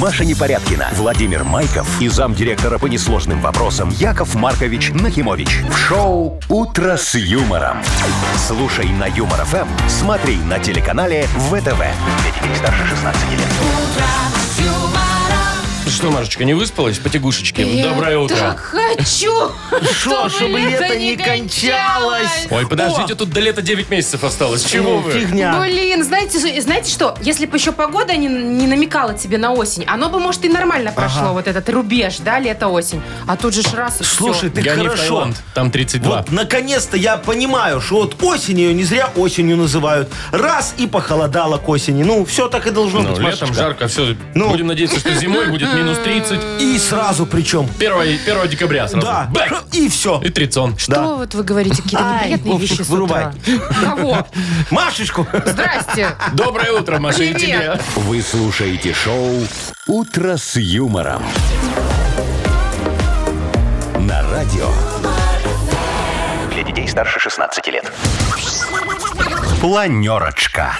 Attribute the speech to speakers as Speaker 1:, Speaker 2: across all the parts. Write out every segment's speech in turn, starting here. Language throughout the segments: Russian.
Speaker 1: Маша Непорядкина, Владимир Майков и замдиректора по несложным вопросам Яков Маркович Нахимович. В шоу «Утро с юмором». Слушай на Юмор ФМ, смотри на телеканале ВТВ. Для детей старше 16 лет.
Speaker 2: Что, Машечка, не выспалась по тягушечке?
Speaker 3: Я
Speaker 2: Доброе утро.
Speaker 3: так хочу,
Speaker 4: Что, чтобы лето не кончалось?
Speaker 2: Ой, подождите, тут до лета 9 месяцев осталось. Чего вы?
Speaker 4: Фигня.
Speaker 3: Блин, знаете, что- знаете что? Если бы еще погода не, не намекала тебе на осень, оно бы, может, и нормально прошло, вот этот рубеж, да, лето-осень. А тут же ж раз и всё.
Speaker 4: Слушай, ты
Speaker 2: Я не в
Speaker 4: хорошо.
Speaker 2: Таиланд, там 32.
Speaker 4: Вот, наконец-то я понимаю, что вот осень ее не зря осенью называют. Раз и похолодало к осени. Ну, все так и должно
Speaker 2: Ну,
Speaker 4: быть,
Speaker 2: летом
Speaker 4: Машечка.
Speaker 2: жарко, все.
Speaker 4: Ну.
Speaker 2: Будем надеяться, что зимой будет минус 30.
Speaker 4: И сразу причем.
Speaker 2: 1, 1 декабря сразу.
Speaker 4: Да,
Speaker 2: Бэк!
Speaker 4: и все.
Speaker 2: И трицон.
Speaker 3: Что вот вы говорите, какие-то
Speaker 4: Ай,
Speaker 3: неприятные
Speaker 4: Вовчик,
Speaker 3: вещи с
Speaker 4: вырубай.
Speaker 3: утра? Кого?
Speaker 4: Машечку.
Speaker 3: Здрасте.
Speaker 2: Доброе утро, Маша, и
Speaker 3: Привет.
Speaker 2: тебе.
Speaker 1: Вы слушаете шоу «Утро с юмором». На радио. Для детей старше 16 лет. Планерочка.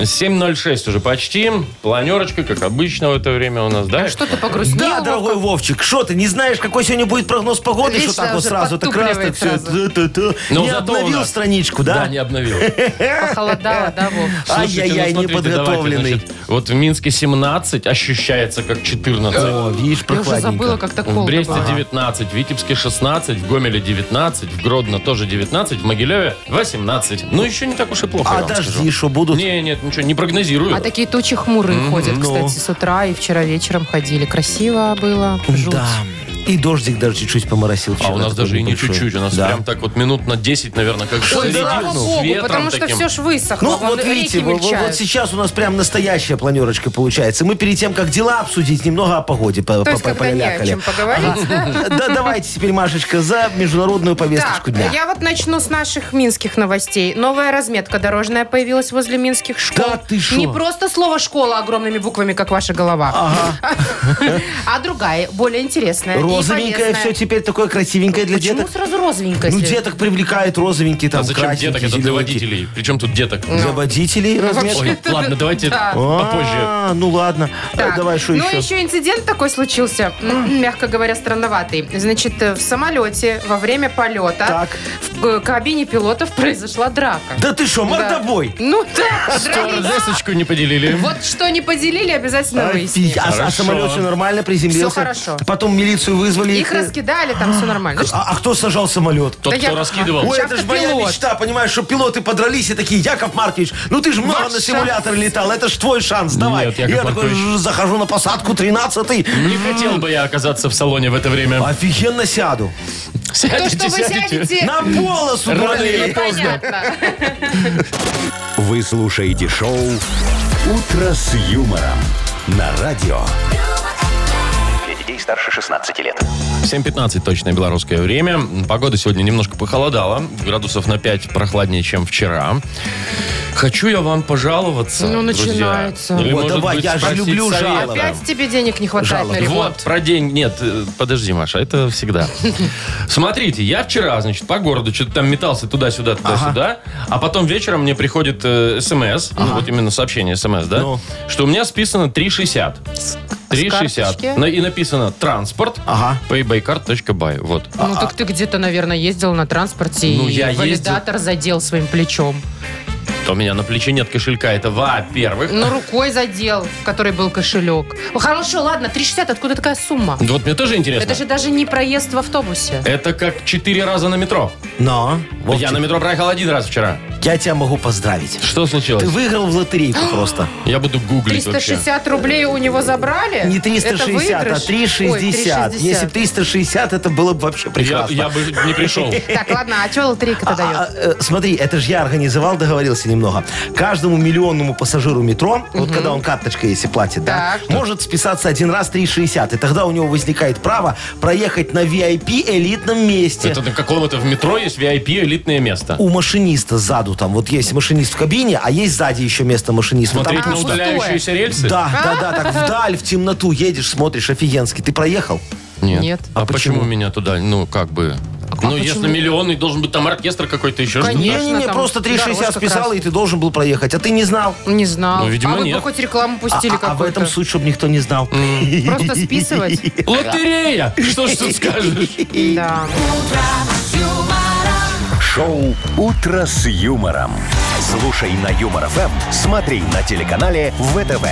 Speaker 2: 7.06 уже почти. Планерочка, как обычно в это время у нас, да?
Speaker 3: Что ты погрустнел?
Speaker 4: Да, дорогой Вовчик, что ты, не знаешь, какой сегодня будет прогноз погоды,
Speaker 3: Видишь,
Speaker 4: что так вот
Speaker 3: уже
Speaker 4: сразу, так раз, так
Speaker 3: подтупливает
Speaker 4: все.
Speaker 3: сразу.
Speaker 2: Но
Speaker 4: Не
Speaker 2: зато у
Speaker 4: обновил
Speaker 2: нас-
Speaker 4: страничку, да?
Speaker 2: Ну, Да, не обновил.
Speaker 3: Похолодало, да, Вов?
Speaker 2: Слушайте, ну
Speaker 4: Ай-яй-яй,
Speaker 2: смотрите,
Speaker 4: неподготовленный.
Speaker 2: давайте, значит, вот в Минске 17, ощущается как 14.
Speaker 4: О, видишь,
Speaker 3: Я уже забыла,
Speaker 4: прохладненько.
Speaker 3: как так
Speaker 2: В
Speaker 3: холодно
Speaker 2: Бресте
Speaker 3: было.
Speaker 2: 19, в Витебске 16, в Гомеле 19, в Гродно тоже 19, в Могилеве 18. Ну, еще не так уж и плохо, я
Speaker 4: А
Speaker 2: вам скажу.
Speaker 4: дожди что будут?
Speaker 2: Не, нет, ничего, не прогнозирую.
Speaker 3: А такие тучи хмурые
Speaker 4: ну.
Speaker 3: ходят, кстати, с утра и вчера вечером ходили. Красиво было. Жуть.
Speaker 4: Да. И дождик даже чуть-чуть поморосил.
Speaker 2: А
Speaker 4: вчера,
Speaker 2: у нас
Speaker 4: такой
Speaker 2: даже и не
Speaker 4: небольшой.
Speaker 2: чуть-чуть, у нас
Speaker 4: Да.
Speaker 2: прям так вот минут на 10, наверное, как
Speaker 3: Ой,
Speaker 2: зарядил
Speaker 3: слава
Speaker 2: с
Speaker 3: богу,
Speaker 2: ветром
Speaker 3: потому что
Speaker 2: таким.
Speaker 3: все ж высохло.
Speaker 4: Ну,
Speaker 3: вон
Speaker 4: вот
Speaker 3: реки
Speaker 4: видите, во- во- вот,
Speaker 3: мельчают.
Speaker 4: сейчас у нас прям настоящая планерочка получается. Мы перед тем, как дела обсудить, немного о погоде по-
Speaker 3: То есть,
Speaker 4: по- по-
Speaker 3: когда не о
Speaker 4: полялякали.
Speaker 3: чем поговорить, да?
Speaker 4: Ага. Да, давайте теперь, Машечка, за международную повесточку
Speaker 3: Так,
Speaker 4: дня.
Speaker 3: я вот начну с наших минских новостей. Новая разметка дорожная появилась возле минских школ.
Speaker 4: Да ты шо?
Speaker 3: Не просто слово «школа» а огромными буквами, как ваша голова. А другая, более интересная и
Speaker 4: Розовенькое
Speaker 3: полезная.
Speaker 4: все теперь такое красивенькое для
Speaker 3: Почему
Speaker 4: деток.
Speaker 3: сразу розовенькая?
Speaker 4: Ну,
Speaker 3: Свет?
Speaker 4: деток привлекает розовенькие там
Speaker 2: А зачем
Speaker 4: красенькие,
Speaker 2: деток? Это для
Speaker 4: зелененькие.
Speaker 2: водителей. Причем тут деток?
Speaker 4: Для
Speaker 3: Ну.
Speaker 4: водителей разметка.
Speaker 2: Ой,
Speaker 3: Это-
Speaker 2: ладно, давайте
Speaker 3: Да.
Speaker 2: попозже.
Speaker 4: А, Ну ладно.
Speaker 3: Так,
Speaker 4: А, Давай, что
Speaker 3: ну,
Speaker 4: еще?
Speaker 3: еще инцидент такой случился, м, мягко говоря, странноватый. Значит, э, в самолете во время полета
Speaker 4: Так.
Speaker 3: в э, кабине пилотов произошла драка.
Speaker 4: Да ты что, мордобой?
Speaker 3: Да. Ну да,
Speaker 2: Что,
Speaker 3: дрались.
Speaker 2: розеточку не поделили?
Speaker 3: Вот что не поделили, обязательно
Speaker 4: Офи-
Speaker 3: выясним.
Speaker 4: А, а
Speaker 2: Хорошо.
Speaker 4: самолет все нормально
Speaker 3: Всё
Speaker 4: приземлился?
Speaker 3: хорошо.
Speaker 4: Потом милицию вызвали.
Speaker 3: Их раскидали, там все нормально. Ну, что-
Speaker 4: А, а кто сажал самолет?
Speaker 2: Тот,
Speaker 3: Да я-
Speaker 2: кто раскидывал.
Speaker 4: Ой,
Speaker 3: Сейчас
Speaker 4: это
Speaker 3: ты
Speaker 4: же моя
Speaker 3: пилот.
Speaker 4: мечта, понимаешь, что пилоты подрались и такие, Яков Маркович, ну ты же много
Speaker 3: Ваш
Speaker 4: на симулятор летал, это ж твой шанс, давай.
Speaker 2: Нет, Яков
Speaker 4: я такой,
Speaker 2: Маркович.
Speaker 4: «Ж, захожу на посадку 13-й,
Speaker 2: Не хотел бы я оказаться в салоне в это время.
Speaker 4: А офигенно сяду.
Speaker 3: То, что вы сядете,
Speaker 4: На полосу
Speaker 2: Рано или
Speaker 4: параллельно.
Speaker 2: поздно.
Speaker 3: понятно.
Speaker 1: Вы слушаете шоу «Утро с юмором» на радио. Для детей старше 16 лет.
Speaker 2: 7.15 точное белорусское время. Погода сегодня немножко похолодала. Градусов на 5 прохладнее, чем вчера. Хочу я вам пожаловаться,
Speaker 3: Ну,
Speaker 2: друзья.
Speaker 3: начинается.
Speaker 2: Или,
Speaker 4: О,
Speaker 2: может
Speaker 4: давай,
Speaker 2: быть,
Speaker 4: я же
Speaker 2: спросить
Speaker 4: люблю
Speaker 2: совета.
Speaker 4: жаловаться.
Speaker 3: Опять тебе денег не хватает на
Speaker 4: Жалобы.
Speaker 2: Вот,
Speaker 3: ремонт.
Speaker 2: про день. Нет, э, подожди, Маша, это всегда. Смотрите, я вчера, значит, по городу что-то там метался туда-сюда, туда-сюда, а потом вечером мне приходит э, смс, ну вот именно сообщение смс, да,
Speaker 4: Ну.
Speaker 2: что у меня списано 3,60. 3,60.
Speaker 3: карточки?
Speaker 2: На- И написано транспорт
Speaker 4: Ага.
Speaker 2: paybaycard.by. Вот.
Speaker 3: Ну, так ты где-то, наверное, ездил на транспорте
Speaker 2: Ну,
Speaker 3: и
Speaker 2: я
Speaker 3: валидатор задел своим плечом.
Speaker 2: То у меня на плече нет кошелька, это во-первых.
Speaker 3: Ну, рукой задел, в которой был кошелек. Ну, Хорошо, ладно, 3,60, откуда такая сумма?
Speaker 2: Ну, Вот мне тоже интересно.
Speaker 3: Это же даже не проезд в автобусе.
Speaker 2: Это как четыре раза на метро.
Speaker 4: Но, Вовчик,
Speaker 2: Я на метро проехал один раз вчера.
Speaker 4: я тебя могу поздравить.
Speaker 2: Что случилось?
Speaker 4: Ты выиграл в лотерейку просто.
Speaker 2: Я буду гуглить вообще.
Speaker 3: 360 рублей у него забрали?
Speaker 4: Не
Speaker 3: Это
Speaker 4: 360, а
Speaker 3: выигрыш?
Speaker 4: 360.
Speaker 3: Ой,
Speaker 4: Если бы 360, это было бы вообще
Speaker 2: Я,
Speaker 4: прекрасно.
Speaker 2: я бы не пришел.
Speaker 3: Так, ладно, а что лотерейка-то дает?
Speaker 4: А, э, смотри, это же я организовал, договорился немного. Каждому миллионному пассажиру метро, вот когда он карточкой, если платит, да,
Speaker 3: Так.
Speaker 4: может списаться один раз 3,60. И тогда у него возникает право проехать на VIP элитном месте.
Speaker 2: Это на каком-то в метро есть VIP элитное место.
Speaker 4: У машиниста сзаду там, вот есть машинист в кабине, а есть сзади еще место машиниста. Там
Speaker 2: Смотреть на
Speaker 4: пусто.
Speaker 2: удаляющиеся рельсы?
Speaker 4: Да, да, да, так вдаль, в темноту едешь, смотришь, офигенский. Ты проехал?
Speaker 3: Нет.
Speaker 2: А,
Speaker 4: А
Speaker 2: почему?
Speaker 4: почему?
Speaker 2: меня туда, ну, как бы...
Speaker 3: А
Speaker 2: Ну, если
Speaker 3: почему?
Speaker 2: миллионный, должен быть там оркестр какой-то еще. что-то.
Speaker 3: Конечно.
Speaker 4: Не-не-не,
Speaker 3: там
Speaker 4: просто 3,60
Speaker 3: дорожка
Speaker 4: списал,
Speaker 3: красная.
Speaker 4: и ты должен был проехать. А ты не знал.
Speaker 3: Не знал.
Speaker 2: Ну, видимо,
Speaker 3: а вы
Speaker 2: нет.
Speaker 3: бы хоть рекламу
Speaker 4: А,
Speaker 3: пустили
Speaker 4: а- а в
Speaker 3: какую-то.
Speaker 4: этом суть, чтобы никто не знал.
Speaker 3: Просто списывать?
Speaker 2: Лотерея! Что ж тут скажешь?
Speaker 3: Да.
Speaker 1: Шоу «Утро с юмором». Слушай на Юмор ФМ, смотри на телеканале ВТВ.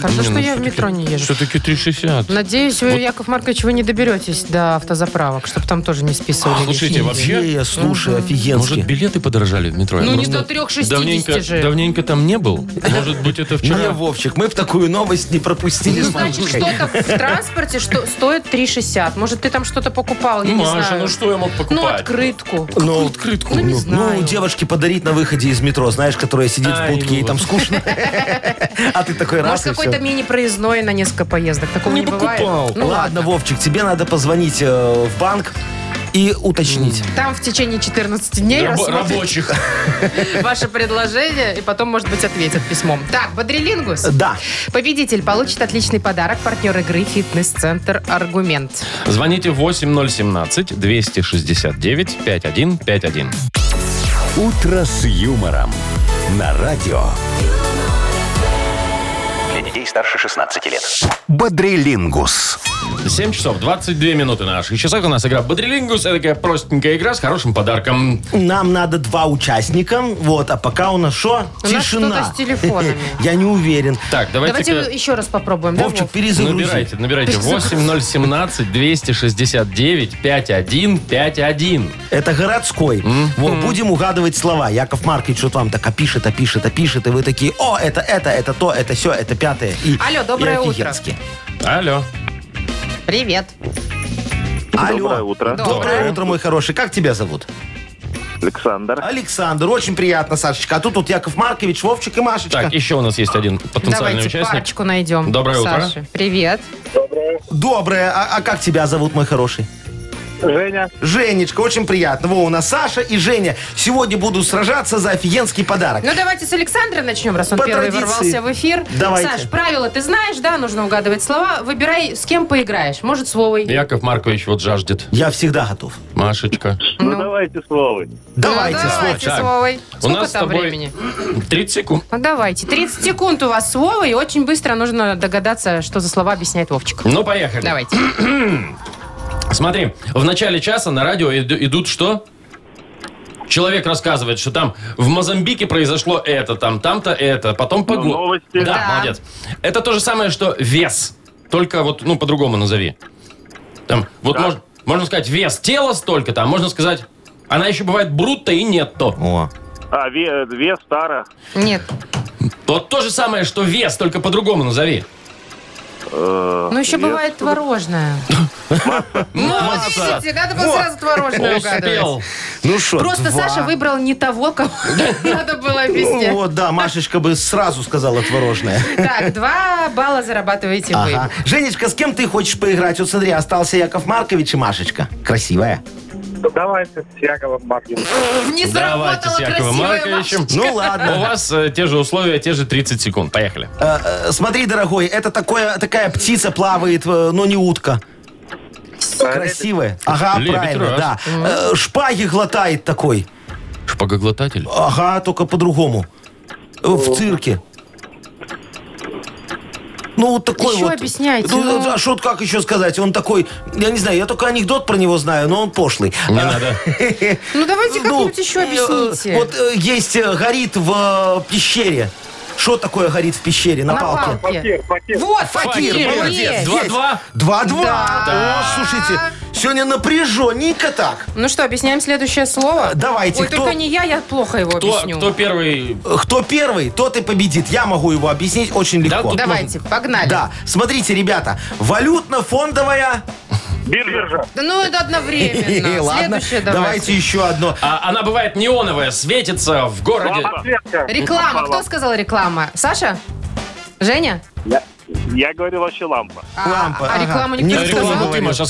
Speaker 3: Хорошо,
Speaker 4: ну,
Speaker 3: что я в метро не езжу.
Speaker 2: Все-таки 3,60.
Speaker 3: Надеюсь, вы, Яков Маркович, вы не доберетесь до автозаправок, чтобы там тоже не списывали.
Speaker 2: Слушайте,
Speaker 3: лишнее.
Speaker 2: вообще,
Speaker 4: Идея, слушай, офигенски.
Speaker 2: А может, билеты подорожали в метро? Я
Speaker 3: Ну, не
Speaker 2: просто
Speaker 3: до 3,60
Speaker 2: давненько,
Speaker 3: же.
Speaker 2: Давненько там не был. Может быть, это
Speaker 4: Не,
Speaker 2: вчера.
Speaker 4: Вовчик, мы в такую новость не пропустили
Speaker 3: Ну,
Speaker 4: с
Speaker 3: значит,
Speaker 4: Машечкой.
Speaker 3: что-то в транспорте что стоит 3,60. Может, ты там что-то покупал, я не
Speaker 2: Маша,
Speaker 3: знаю.
Speaker 2: ну что я мог
Speaker 3: Ну,
Speaker 2: покупать?
Speaker 3: открытку.
Speaker 4: Ну,
Speaker 2: открытку?
Speaker 3: Ну, не
Speaker 2: Ну,
Speaker 3: знаю.
Speaker 4: Ну, девушке подарить на выходе из метро, знаешь, которая сидит
Speaker 2: Ай,
Speaker 4: в будке, ей
Speaker 2: ну
Speaker 4: там
Speaker 2: вот.
Speaker 4: скучно. А ты такой раз
Speaker 3: Может,
Speaker 4: и
Speaker 3: какой-то
Speaker 4: все.
Speaker 3: мини-проездной на несколько поездок. Такого не,
Speaker 2: Не
Speaker 3: бывает.
Speaker 2: покупал.
Speaker 3: Ну,
Speaker 4: Ладно, Вовчик, тебе надо позвонить э, в банк и уточнить.
Speaker 3: Там в течение 14 дней
Speaker 2: Рабо-
Speaker 3: рассмотрят
Speaker 2: рабочих.
Speaker 3: ваше предложение и потом, может быть, ответят письмом. Так, Бодрилингус.
Speaker 4: Да.
Speaker 3: Победитель получит отличный подарок. Партнер игры «Фитнес-центр Аргумент».
Speaker 2: Звоните 8017-269-5151.
Speaker 1: «Утро с юмором» на радио.
Speaker 5: Для детей старше 16 лет.
Speaker 1: Бодрилингус.
Speaker 2: 7 часов 22 минуты на наших часах. У нас игра Бодрилингус. Это такая простенькая игра с хорошим подарком.
Speaker 4: Нам надо два участника. Вот, а пока у нас что?
Speaker 3: У нас
Speaker 4: Тишина.
Speaker 3: что-то с телефонами.
Speaker 4: Я не уверен.
Speaker 2: Так,
Speaker 3: Давайте,
Speaker 2: давайте-ка
Speaker 3: еще раз попробуем. да,
Speaker 4: Вовчик,
Speaker 3: Вов?
Speaker 4: перезагрузи.
Speaker 2: набирайте, набирайте. 8017-269-5151.
Speaker 4: Это городской. Вот, будем угадывать слова. Яков Маркович вот вам так а пишет, а пишет, а пишет, и вы такие, о, это, это, это то, это все, это пятое. И,
Speaker 3: Алло, доброе
Speaker 4: и
Speaker 3: утро.
Speaker 4: офигенски.
Speaker 2: Алло.
Speaker 3: Привет.
Speaker 4: Алло.
Speaker 6: Доброе утро.
Speaker 3: Доброе.
Speaker 4: Доброе утро, мой хороший. Как тебя зовут?
Speaker 6: Александр.
Speaker 4: Александр, очень приятно, Сашечка. А тут вот Яков Маркович, Вовчик и Машечка.
Speaker 2: Так, еще у нас есть один потенциальный
Speaker 3: Давайте
Speaker 2: участник.
Speaker 3: парочку найдем.
Speaker 2: Доброе утро.
Speaker 3: Саши. Привет.
Speaker 4: Доброе. А, а как тебя зовут, мой хороший?
Speaker 6: Женя.
Speaker 4: Женечка, очень приятно. Во, у нас Саша и Женя сегодня будут сражаться за офигенский подарок.
Speaker 3: Ну, давайте с Александра начнем, раз он
Speaker 4: По
Speaker 3: первый
Speaker 4: традиции.
Speaker 3: ворвался в эфир.
Speaker 4: Давайте.
Speaker 3: Саш, правила ты знаешь, да? Нужно угадывать слова. Выбирай, с кем поиграешь. Может, с Вовой.
Speaker 2: Яков Маркович вот жаждет.
Speaker 4: Я всегда готов.
Speaker 2: Машечка.
Speaker 6: Ну, давайте слово.
Speaker 3: Ну,
Speaker 4: Давайте, Вов.
Speaker 3: давайте
Speaker 2: Вов.
Speaker 3: с Вовой.
Speaker 2: У
Speaker 3: Сколько
Speaker 2: нас с
Speaker 3: там
Speaker 2: тобой-
Speaker 3: времени?
Speaker 2: 30 секунд.
Speaker 3: Ну, давайте. 30 секунд у вас с Вовой. и Очень быстро нужно догадаться, что за слова объясняет Вовчик.
Speaker 2: Ну, поехали.
Speaker 3: Давайте.
Speaker 2: Смотри, в начале часа на радио иду- идут что? Человек рассказывает, что там в Мозамбике произошло это, там, там-то это, потом погода.
Speaker 6: новости.
Speaker 2: Да,
Speaker 3: Да.
Speaker 2: молодец. Это то же самое, что вес. Только вот, ну, по-другому назови. Там, вот мож- можно, сказать вес тела столько, там, можно сказать... Она еще бывает брутто и нет-то.
Speaker 4: О.
Speaker 6: А, ве- две стара.
Speaker 3: Нет.
Speaker 2: Вот то же самое, что вес, только по-другому назови.
Speaker 6: Э,
Speaker 3: Ну, еще
Speaker 6: вес.
Speaker 3: бывает творожная. Ну, вот видите, надо было сразу творожную угадывать.
Speaker 2: Успел.
Speaker 4: Ну что,
Speaker 3: Просто
Speaker 4: два.
Speaker 3: Саша выбрал не того, кого надо было
Speaker 4: Ну,
Speaker 3: объяснять.
Speaker 4: вот, да, Машечка бы сразу сказала творожное.
Speaker 3: Так, два балла зарабатываете
Speaker 4: Ага.
Speaker 3: вы.
Speaker 4: Женечка, с кем ты хочешь поиграть? Вот смотри, остался Яков Маркович и Машечка. Красивая.
Speaker 7: Давайте с Яковом Марковичем.
Speaker 3: Не
Speaker 2: Давайте
Speaker 3: сработала
Speaker 2: с Яковом
Speaker 3: красивая
Speaker 2: Марковичем.
Speaker 4: Ну
Speaker 2: У
Speaker 4: ладно.
Speaker 2: вас э, те же условия, те же 30 секунд. Поехали.
Speaker 4: Э, э, Смотри, дорогой, это такое, такая птица плавает, э, но не утка. Красивая. Ага,
Speaker 2: Лебедь,
Speaker 4: правильно,
Speaker 2: раз.
Speaker 4: да. Э, Шпаги глотает такой.
Speaker 2: Шпагоглотатель.
Speaker 4: Ага, только по-другому. Э, В цирке. Ну, вот такой
Speaker 3: Еще
Speaker 4: вот.
Speaker 3: объясняйте,
Speaker 4: Ну,
Speaker 3: ну.
Speaker 4: а что, как еще сказать? Он такой, я не знаю, я только анекдот про него знаю, но он пошлый.
Speaker 2: Не
Speaker 4: А,
Speaker 2: надо.
Speaker 3: Ну, давайте
Speaker 4: ну,
Speaker 3: как-нибудь еще
Speaker 4: э,
Speaker 3: объясните.
Speaker 4: э, Вот э, есть э, горит в э, пещере. Что такое горит в пещере на,
Speaker 3: На
Speaker 4: палке?
Speaker 3: палке.
Speaker 7: Факир, факир.
Speaker 3: Вот,
Speaker 2: Факир,
Speaker 3: факир,
Speaker 2: молодец.
Speaker 3: есть.
Speaker 2: Два-два.
Speaker 4: Два-два.
Speaker 3: Да.
Speaker 4: О, слушайте, сегодня напряженненько так.
Speaker 3: Ну что, объясняем следующее слово?
Speaker 4: А, давайте,
Speaker 3: Ой,
Speaker 4: кто-
Speaker 3: только не я, я плохо его
Speaker 2: Кто,
Speaker 3: объясню.
Speaker 2: кто первый?
Speaker 4: Кто первый, тот и победит. Я могу его объяснить очень
Speaker 2: Да,
Speaker 4: легко.
Speaker 2: тут
Speaker 3: Давайте, погнали.
Speaker 4: ну, Да, смотрите, ребята, валютно-фондовая...
Speaker 6: Биржа.
Speaker 3: Да ну, это одновременно.
Speaker 4: Ладно,
Speaker 3: Следующее
Speaker 4: давайте еще одно.
Speaker 2: А, она бывает неоновая, светится в городе.
Speaker 7: Подсветка.
Speaker 3: Реклама. Кто сказал реклама? Саша? Женя?
Speaker 6: Я, я говорил вообще лампа.
Speaker 3: А-
Speaker 4: Лампа,
Speaker 3: А,
Speaker 4: ага.
Speaker 3: рекламу никто
Speaker 2: Да,
Speaker 3: не
Speaker 4: Никто
Speaker 2: рекламу
Speaker 3: сказал?
Speaker 4: говорит.
Speaker 2: ты, Маша,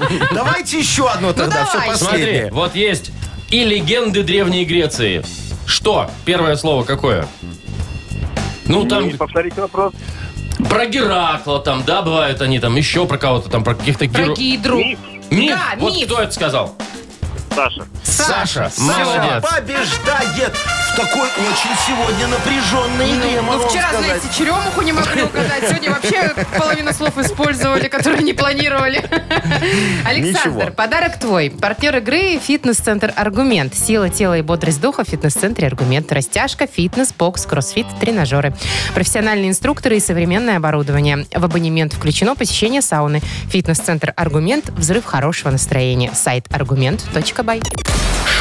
Speaker 2: сказала.
Speaker 4: Давайте еще одно тогда, все
Speaker 3: Ну давай.
Speaker 2: Смотри,
Speaker 4: последнее.
Speaker 2: вот есть и легенды Древней Греции. Что? Первое слово какое? Ну, там
Speaker 6: И повторите вопрос.
Speaker 2: про Геракла там, да, бывают они там, еще про кого-то там, про каких-то
Speaker 3: Про
Speaker 2: геро-
Speaker 3: гидру.
Speaker 6: Миф.
Speaker 2: Миф.
Speaker 3: Да,
Speaker 2: вот
Speaker 3: миф.
Speaker 2: кто это сказал?
Speaker 6: Саша.
Speaker 2: Саша.
Speaker 4: Саша
Speaker 2: Молодец.
Speaker 4: побеждает в такой очень сегодня напряженной игре,
Speaker 3: Ну,
Speaker 4: могу
Speaker 3: ну,
Speaker 4: вам
Speaker 3: вчера,
Speaker 4: сказать.
Speaker 3: знаете, черемуху не могли угадать. Сегодня вообще половину слов использовали, которые не планировали. Александр,
Speaker 4: Ничего.
Speaker 3: подарок твой. Партнер игры «Фитнес-центр Аргумент». Сила тела и бодрость духа в фитнес-центре «Аргумент». Растяжка, фитнес, бокс, кроссфит, тренажеры. Профессиональные инструкторы и современное оборудование. В абонемент включено посещение сауны. Фитнес-центр «Аргумент». Взрыв хорошего настроения. Сайт аргумент.бай.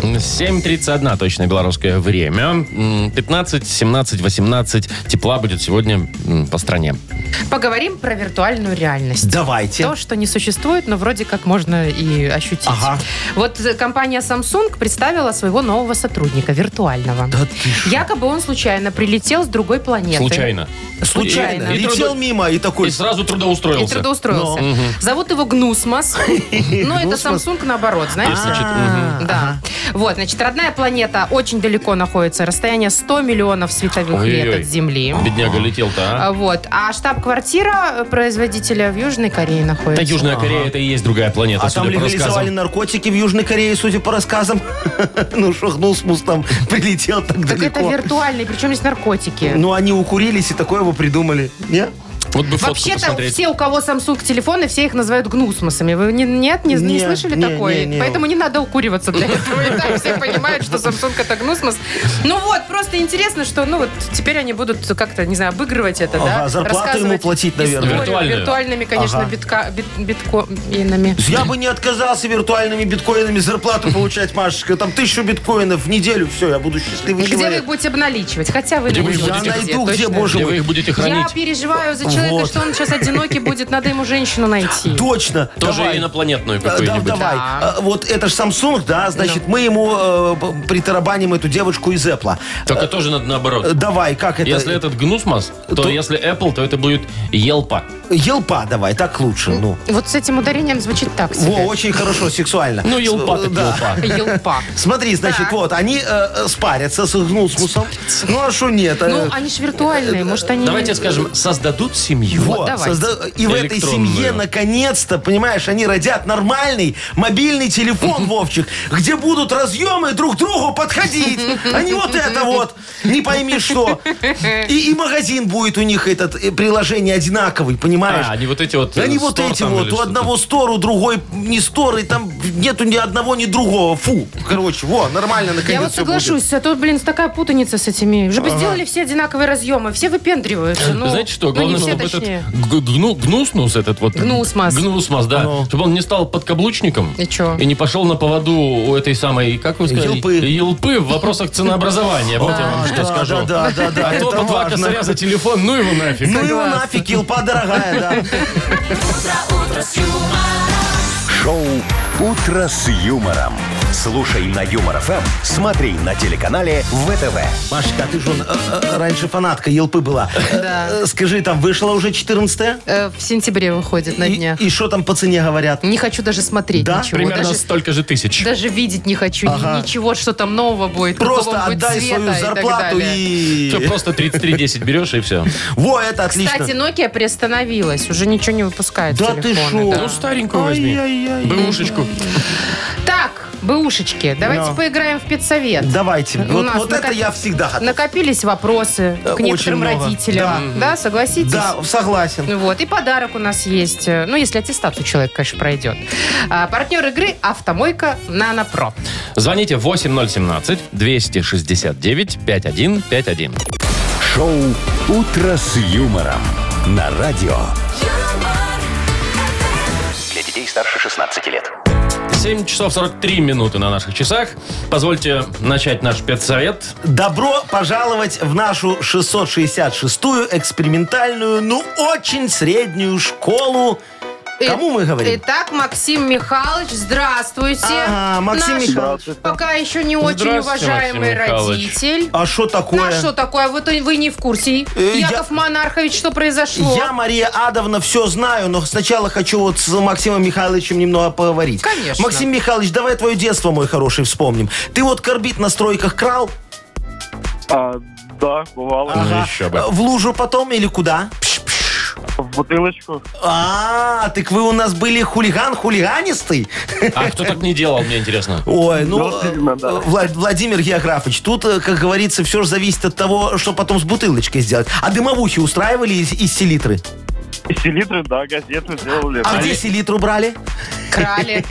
Speaker 2: 7.31 точно белорусское время. М, 15, 17, 18. Тепла будет сегодня м, по стране.
Speaker 3: Поговорим про виртуальную реальность.
Speaker 4: Давайте.
Speaker 3: То, что не существует, но вроде как можно и ощутить.
Speaker 4: Ага.
Speaker 3: Вот э, компания Samsung представила своего нового сотрудника, виртуального.
Speaker 4: Да ты ж-
Speaker 3: Якобы он случайно прилетел с другой планеты.
Speaker 2: Случайно.
Speaker 4: Случайно.
Speaker 3: И- и
Speaker 4: Летел
Speaker 2: трудо-
Speaker 4: мимо и такой...
Speaker 2: И сразу
Speaker 3: И
Speaker 2: трудоустроился.
Speaker 3: трудоустроился.
Speaker 4: Ну,
Speaker 3: Зовут его Гнусмос. Но это
Speaker 4: Гнусмос.
Speaker 3: Samsung наоборот, знаешь?
Speaker 2: Значит,
Speaker 4: А,
Speaker 3: Да. Вот, значит, родная планета очень далеко находится. Расстояние 100 миллионов световых лет
Speaker 2: Ой-ой-ой.
Speaker 3: от Земли.
Speaker 2: мгм. Бедняга летел-то, а?
Speaker 3: А, Вот. А штаб-квартира э, производителя в Южной Корее
Speaker 2: Да
Speaker 3: находится.
Speaker 2: Южная Корея это и есть другая планета,
Speaker 4: А
Speaker 2: судя
Speaker 4: там
Speaker 2: по
Speaker 4: легализовали
Speaker 2: рассказам.
Speaker 4: наркотики в Южной Корее, судя по рассказам. Ну, шагнул смус там, прилетел так
Speaker 3: Так это
Speaker 4: далеко.
Speaker 3: виртуальный, причем здесь наркотики.
Speaker 4: Ну, они укурились и такое его придумали. Не?
Speaker 2: Вот бы фотку
Speaker 3: Вообще-то
Speaker 2: посмотреть.
Speaker 3: все, у кого Samsung телефоны, все их называют гнусмосами. Вы не, нет, не, не
Speaker 4: Не,
Speaker 3: слышали
Speaker 4: не,
Speaker 3: такое?
Speaker 4: не, не.
Speaker 3: Поэтому не надо укуриваться для этого. И так все понимают, что Samsung это гнусмос. Ну вот, просто интересно, что ну вот теперь они будут как-то, не знаю, обыгрывать это,
Speaker 4: Ага,
Speaker 3: да?
Speaker 4: зарплату
Speaker 3: рассказывать
Speaker 4: ему платить, наверное.
Speaker 3: историю
Speaker 2: Виртуальную.
Speaker 3: Виртуальными, конечно,
Speaker 4: Ага.
Speaker 3: битка, бит, биткоинами.
Speaker 4: Я бы не отказался виртуальными биткоинами зарплату получать, Машечка. Там тысячу биткоинов в неделю, все, я буду счастливый
Speaker 3: Где вы их
Speaker 4: человек.
Speaker 3: будете обналичивать? Хотя вы
Speaker 2: Где вы их
Speaker 4: Я
Speaker 2: будете?
Speaker 4: найду, где,
Speaker 3: точно.
Speaker 4: боже
Speaker 2: Где вы
Speaker 4: мой.
Speaker 2: их будете
Speaker 3: Я
Speaker 2: хранить?
Speaker 3: переживаю за человека,
Speaker 4: Вот.
Speaker 3: что он сейчас одинокий будет. Надо ему женщину найти.
Speaker 4: Точно.
Speaker 2: Тоже
Speaker 4: давай. Э,
Speaker 2: инопланетную
Speaker 4: Да,
Speaker 2: какую-нибудь.
Speaker 4: давай.
Speaker 3: Да. Ну.
Speaker 4: А, Вот это же Samsung, да, значит, мы ему э, б- притарабаним эту девочку из Apple.
Speaker 2: Только тоже надо
Speaker 4: Э,
Speaker 2: наоборот.
Speaker 4: Давай, как это?
Speaker 2: Если этот гнусмос, то,
Speaker 4: то-
Speaker 2: если Apple, то это будет Елпа.
Speaker 4: Елпа, давай, так лучше, ну.
Speaker 3: Вот с этим ударением звучит так
Speaker 4: Во,
Speaker 3: себе.
Speaker 4: очень хорошо, сексуально.
Speaker 2: Ну, Елпа
Speaker 4: С-
Speaker 2: так
Speaker 4: Э, да.
Speaker 2: Елпа.
Speaker 3: Елпа.
Speaker 4: Смотри, значит,
Speaker 3: Так.
Speaker 4: вот, они э, э, спарятся с гнусмусом. Ну, а что нет? э,
Speaker 3: Ну, они же виртуальные, может, они...
Speaker 2: Давайте скажем, создадут семью.
Speaker 4: во,
Speaker 3: давайте.
Speaker 4: созда- И в этой
Speaker 2: Электронную.
Speaker 4: семье, наконец-то, понимаешь, они родят нормальный мобильный телефон, Вовчик, где будут разъемы друг к другу подходить. Они вот это вот, не пойми что. И, и магазин будет у них этот, э, приложение одинаковый, понимаешь?
Speaker 2: А, они вот эти вот. э,
Speaker 4: Они вот
Speaker 2: стор
Speaker 4: эти
Speaker 2: там или
Speaker 4: вот, у
Speaker 2: что-то.
Speaker 4: одного стор, у другой не стор, и там нету ни одного, ни другого. Фу, короче, во, нормально наконец
Speaker 3: Я вот
Speaker 4: всё
Speaker 3: соглашусь, а то, блин, такая путаница с этими. Уже бы сделали все одинаковые разъемы, все
Speaker 4: Э,
Speaker 3: выпендриваются. Ну,
Speaker 2: Знаете что,
Speaker 3: ну, не
Speaker 2: главное,
Speaker 3: все,
Speaker 2: чтобы этот
Speaker 3: точнее.
Speaker 2: г- гну- гнуснус этот вот...
Speaker 3: Гнусмас.
Speaker 2: Гнусмас, да.
Speaker 4: Ну.
Speaker 2: Чтобы он не стал подкаблучником.
Speaker 3: И чё?
Speaker 2: И не пошел на поводу у этой самой, как вы сказали?
Speaker 4: Елпы.
Speaker 2: Елпы в вопросах ценообразования. Вот я вам
Speaker 4: будет.
Speaker 2: что
Speaker 4: Да,
Speaker 2: скажу.
Speaker 4: Да, да, да, да.
Speaker 2: А то
Speaker 4: это
Speaker 2: по два
Speaker 4: важно.
Speaker 2: косаря за телефон, ну его нафиг.
Speaker 4: Ну его нафиг, елпа дорогая, да.
Speaker 1: Шоу «Утро с юмором». Слушай на Юмор ФМ, смотри на телеканале ВТВ.
Speaker 4: Машечка, а ты же вон, э, э, раньше фанатка Елпы была. Э, э, Скажи, там вышла уже 14
Speaker 3: Э, в сентябре выходит на Ну,
Speaker 4: И
Speaker 3: днях.
Speaker 4: и что там по цене говорят?
Speaker 3: Не хочу даже смотреть
Speaker 4: Да?
Speaker 3: ничего.
Speaker 2: Примерно
Speaker 3: даже,
Speaker 2: столько же тысяч.
Speaker 3: даже видеть не хочу. ни- Ничего, что там нового будет.
Speaker 4: Просто
Speaker 3: какого будет
Speaker 4: отдай
Speaker 3: цвета и
Speaker 4: свою
Speaker 3: так
Speaker 4: зарплату
Speaker 3: далее.
Speaker 2: Всё,
Speaker 4: и...
Speaker 2: просто 3310 берешь и все.
Speaker 4: Во, это отлично.
Speaker 3: Кстати, Nokia приостановилась, уже ничего не выпускает
Speaker 4: Да ты
Speaker 3: телефоны,
Speaker 4: шо?
Speaker 3: да.
Speaker 2: Ну, старенькую возьми.
Speaker 4: Ай-яй-яй.
Speaker 2: Бэушечку.
Speaker 3: Так, бэушечки, давайте
Speaker 4: Ну.
Speaker 3: поиграем в педсовет.
Speaker 4: Давайте.
Speaker 3: У
Speaker 4: Вот
Speaker 3: нас
Speaker 4: вот это
Speaker 3: накоп-
Speaker 4: я всегда хотел.
Speaker 3: Накопились вопросы
Speaker 4: Э,
Speaker 3: к некоторым
Speaker 4: очень много.
Speaker 3: родителям. Да, согласитесь?
Speaker 4: Да, согласен.
Speaker 3: Ну Вот, и подарок у нас есть. э, Ну, если аттестат у человека, конечно, пройдет. А, партнер игры «Автомойка Нанопро».
Speaker 2: Звоните 8017-269-5151.
Speaker 1: Шоу «Утро с юмором» на радио.
Speaker 5: Для детей старше 16 лет.
Speaker 2: 7 часов 43 минуты на наших часах. Позвольте начать наш спецсовет.
Speaker 4: Добро пожаловать в нашу 666-ю экспериментальную, ну очень среднюю школу. Кому мы говорим?
Speaker 3: Итак, Максим Михайлович, здравствуйте.
Speaker 4: Ага, Максим
Speaker 3: Наш
Speaker 4: Михайлович.
Speaker 3: пока еще не очень
Speaker 2: Здравствуйте,
Speaker 3: уважаемый
Speaker 2: Максим Михайлович.
Speaker 3: родитель.
Speaker 4: А что такое?
Speaker 3: А что такое? Вот вы не в курсе.
Speaker 4: Э, я-
Speaker 3: Яков Монархович, что произошло?
Speaker 4: Я, Мария Адовна, все знаю, но сначала хочу вот с Максимом Михайловичем немного поговорить.
Speaker 3: Конечно.
Speaker 4: Максим Михайлович, давай твое детство, мой хороший, вспомним. Ты вот корбит на стройках крал?
Speaker 6: А, Да, бывало.
Speaker 2: Ну, еще бы.
Speaker 4: В лужу потом или куда?
Speaker 6: В бутылочку.
Speaker 4: А, так вы у нас были хулиган хулиганистый?
Speaker 2: А кто так не делал, мне интересно.
Speaker 4: Ой, ну,
Speaker 6: Ну, видно, да.
Speaker 4: э, Влад- Владимир Географович, тут, э, как говорится, все же зависит от того, что потом с бутылочкой сделать. А дымовухи устраивали из, из селитры?
Speaker 6: Из селитры, да, газеты делали.
Speaker 4: А где селитру брали?
Speaker 3: Крали.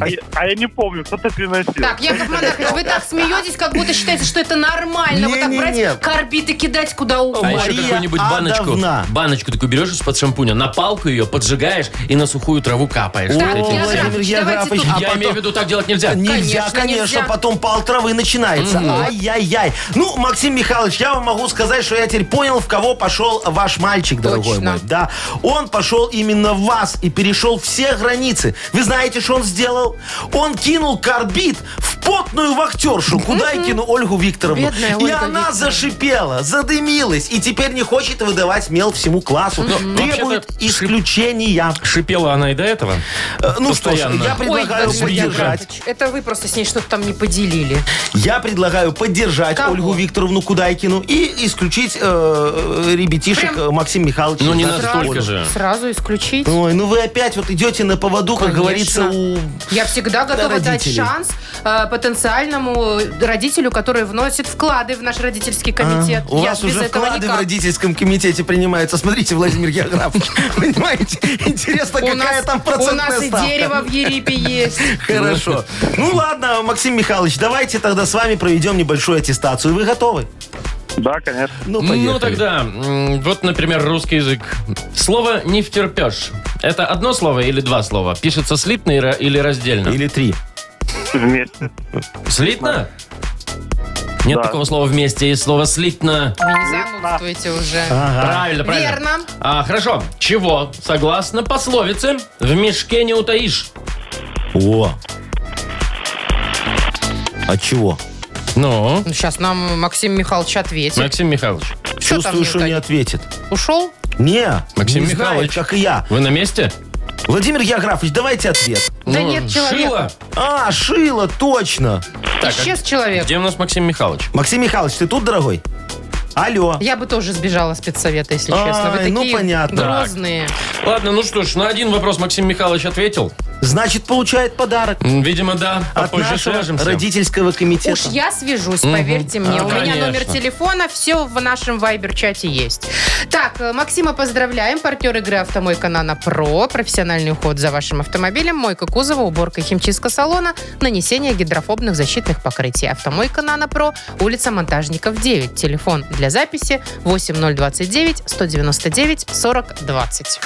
Speaker 6: А я- а я не помню, кто-то приносил.
Speaker 3: Так, Яков Монахович, вы так смеетесь, как будто считаете, что это нормально. Вот так
Speaker 4: Не-не-не.
Speaker 3: брать корбит и кидать куда
Speaker 2: А
Speaker 3: угодно.
Speaker 2: еще
Speaker 4: Мария
Speaker 2: какую-нибудь баночку,
Speaker 4: Адовна.
Speaker 2: баночку такую берешь из-под шампуня, на палку ее поджигаешь и на сухую траву капаешь.
Speaker 3: Так,
Speaker 2: Вот этим
Speaker 3: я
Speaker 2: всем.
Speaker 3: Яков Маркович, давайте
Speaker 4: а
Speaker 3: тут.
Speaker 2: Я
Speaker 4: потом-
Speaker 2: имею в виду, так делать нельзя.
Speaker 4: Нельзя,
Speaker 3: Конечно,
Speaker 4: конечно,
Speaker 3: нельзя.
Speaker 4: потом пол травы начинается. Ай-яй-яй. Ну, Максим Михайлович, я вам могу сказать, что я теперь понял, в кого пошел ваш мальчик, дорогой
Speaker 3: Точно.
Speaker 4: мой. Да, он пошел именно в вас и перешел все границы. Вы знаете, что он сделал? Он кинул карбид в потную вахтершу, куда и кинул Ольгу Викторовну.
Speaker 3: Бедная
Speaker 4: и
Speaker 3: Ольга
Speaker 4: она
Speaker 3: Викторовна.
Speaker 4: зашипела, задымилась и теперь не хочет выдавать мел всему классу. Требует
Speaker 2: вообще-то, шип-
Speaker 4: исключения.
Speaker 2: Шипела она и до этого.
Speaker 4: Э, Ну что ж,
Speaker 2: Постоянно.
Speaker 4: я
Speaker 3: Ой,
Speaker 4: предлагаю
Speaker 3: Яков
Speaker 4: поддержать.
Speaker 3: Маркович, это вы просто с ней что-то там не поделили.
Speaker 4: Я предлагаю поддержать
Speaker 3: Кого?
Speaker 4: Ольгу Викторовну Кудайкину и исключить э, ребятишек
Speaker 3: Прям?
Speaker 4: э, Максима Михайловича.
Speaker 2: Ну, не
Speaker 4: Да,
Speaker 2: настолько
Speaker 4: Ольга.
Speaker 2: же.
Speaker 3: Сразу исключить.
Speaker 4: Ой, ну вы опять вот идете на поводу,
Speaker 3: Конечно.
Speaker 4: как говорится, у...
Speaker 3: Я всегда готова дать
Speaker 4: родителей.
Speaker 3: шанс э, потенциальному родителю, который вносит вклады в наш родительский комитет.
Speaker 4: У
Speaker 3: Я
Speaker 4: вас
Speaker 3: ж без
Speaker 4: уже
Speaker 3: этого
Speaker 4: вклады в
Speaker 3: никак.
Speaker 4: родительском комитете принимаются. Смотрите, Владимир Географович, понимаете? Интересно,
Speaker 3: У
Speaker 4: какая
Speaker 3: нас,
Speaker 4: там
Speaker 3: у
Speaker 4: процентная
Speaker 3: нас и
Speaker 4: ставка.
Speaker 3: дерево в Ерипе есть.
Speaker 4: Хорошо. Ну ладно, Максим Михайлович, давайте тогда с вами проведем небольшую аттестацию. Вы готовы?
Speaker 6: Да, конечно.
Speaker 4: Ну,
Speaker 2: Ну тогда, м, вот, например, русский язык. Слово не втерпешь. Это одно слово или два слова? Пишется слитно и ра- или раздельно?
Speaker 4: Или три.
Speaker 6: Вместе.
Speaker 2: Слитно? Нет
Speaker 6: Да.
Speaker 2: такого слова вместе, есть слово слитно.
Speaker 3: Вы не занудствуйте уже.
Speaker 2: Правильно, правильно.
Speaker 3: Верно.
Speaker 2: А, хорошо. Чего? Согласно пословице, в мешке не утаишь.
Speaker 4: О. От чего?
Speaker 2: Ну,
Speaker 3: Ну, сейчас нам Максим Михайлович ответит.
Speaker 2: Максим Михайлович,
Speaker 3: Что там
Speaker 4: Чувствую, что не
Speaker 3: не
Speaker 4: ответит.
Speaker 3: Ушел?
Speaker 4: Не,
Speaker 2: Максим
Speaker 4: не знает,
Speaker 2: Михайлович.
Speaker 4: как и я.
Speaker 2: вы на месте?
Speaker 4: Владимир Географович, давайте ответ.
Speaker 3: Да
Speaker 2: Ну,
Speaker 3: нет человека.
Speaker 2: Шило?
Speaker 4: А, Шила, точно.
Speaker 2: Так, а
Speaker 3: Исчез человек.
Speaker 2: Где у нас Максим Михайлович?
Speaker 4: Максим Михайлович, ты тут, дорогой? Алло.
Speaker 3: Я бы тоже сбежала спецсовета, если честно. Вы
Speaker 4: Ай,
Speaker 3: такие
Speaker 4: ну, понятно.
Speaker 3: грозные.
Speaker 2: Ладно, ну что ж, на один вопрос Максим Михайлович ответил.
Speaker 4: Значит, получает подарок.
Speaker 2: М, Видимо, да.
Speaker 4: От
Speaker 2: Попозже
Speaker 4: нашего
Speaker 2: А свяжемся.
Speaker 4: родительского комитета.
Speaker 3: Уж я свяжусь, поверьте мне.
Speaker 2: А,
Speaker 4: Ну,
Speaker 3: У меня
Speaker 2: конечно.
Speaker 3: номер телефона, все в нашем вайбер-чате есть. Так, э, Максима поздравляем. Партнер игры «Автомойка Нано Про». Профессиональный уход за вашим автомобилем, мойка кузова, уборка и химчистка салона, нанесение гидрофобных защитных покрытий. «Автомойка Нано Про», улица Монтажников, 9. Телефон для записи 8029 199 40 20.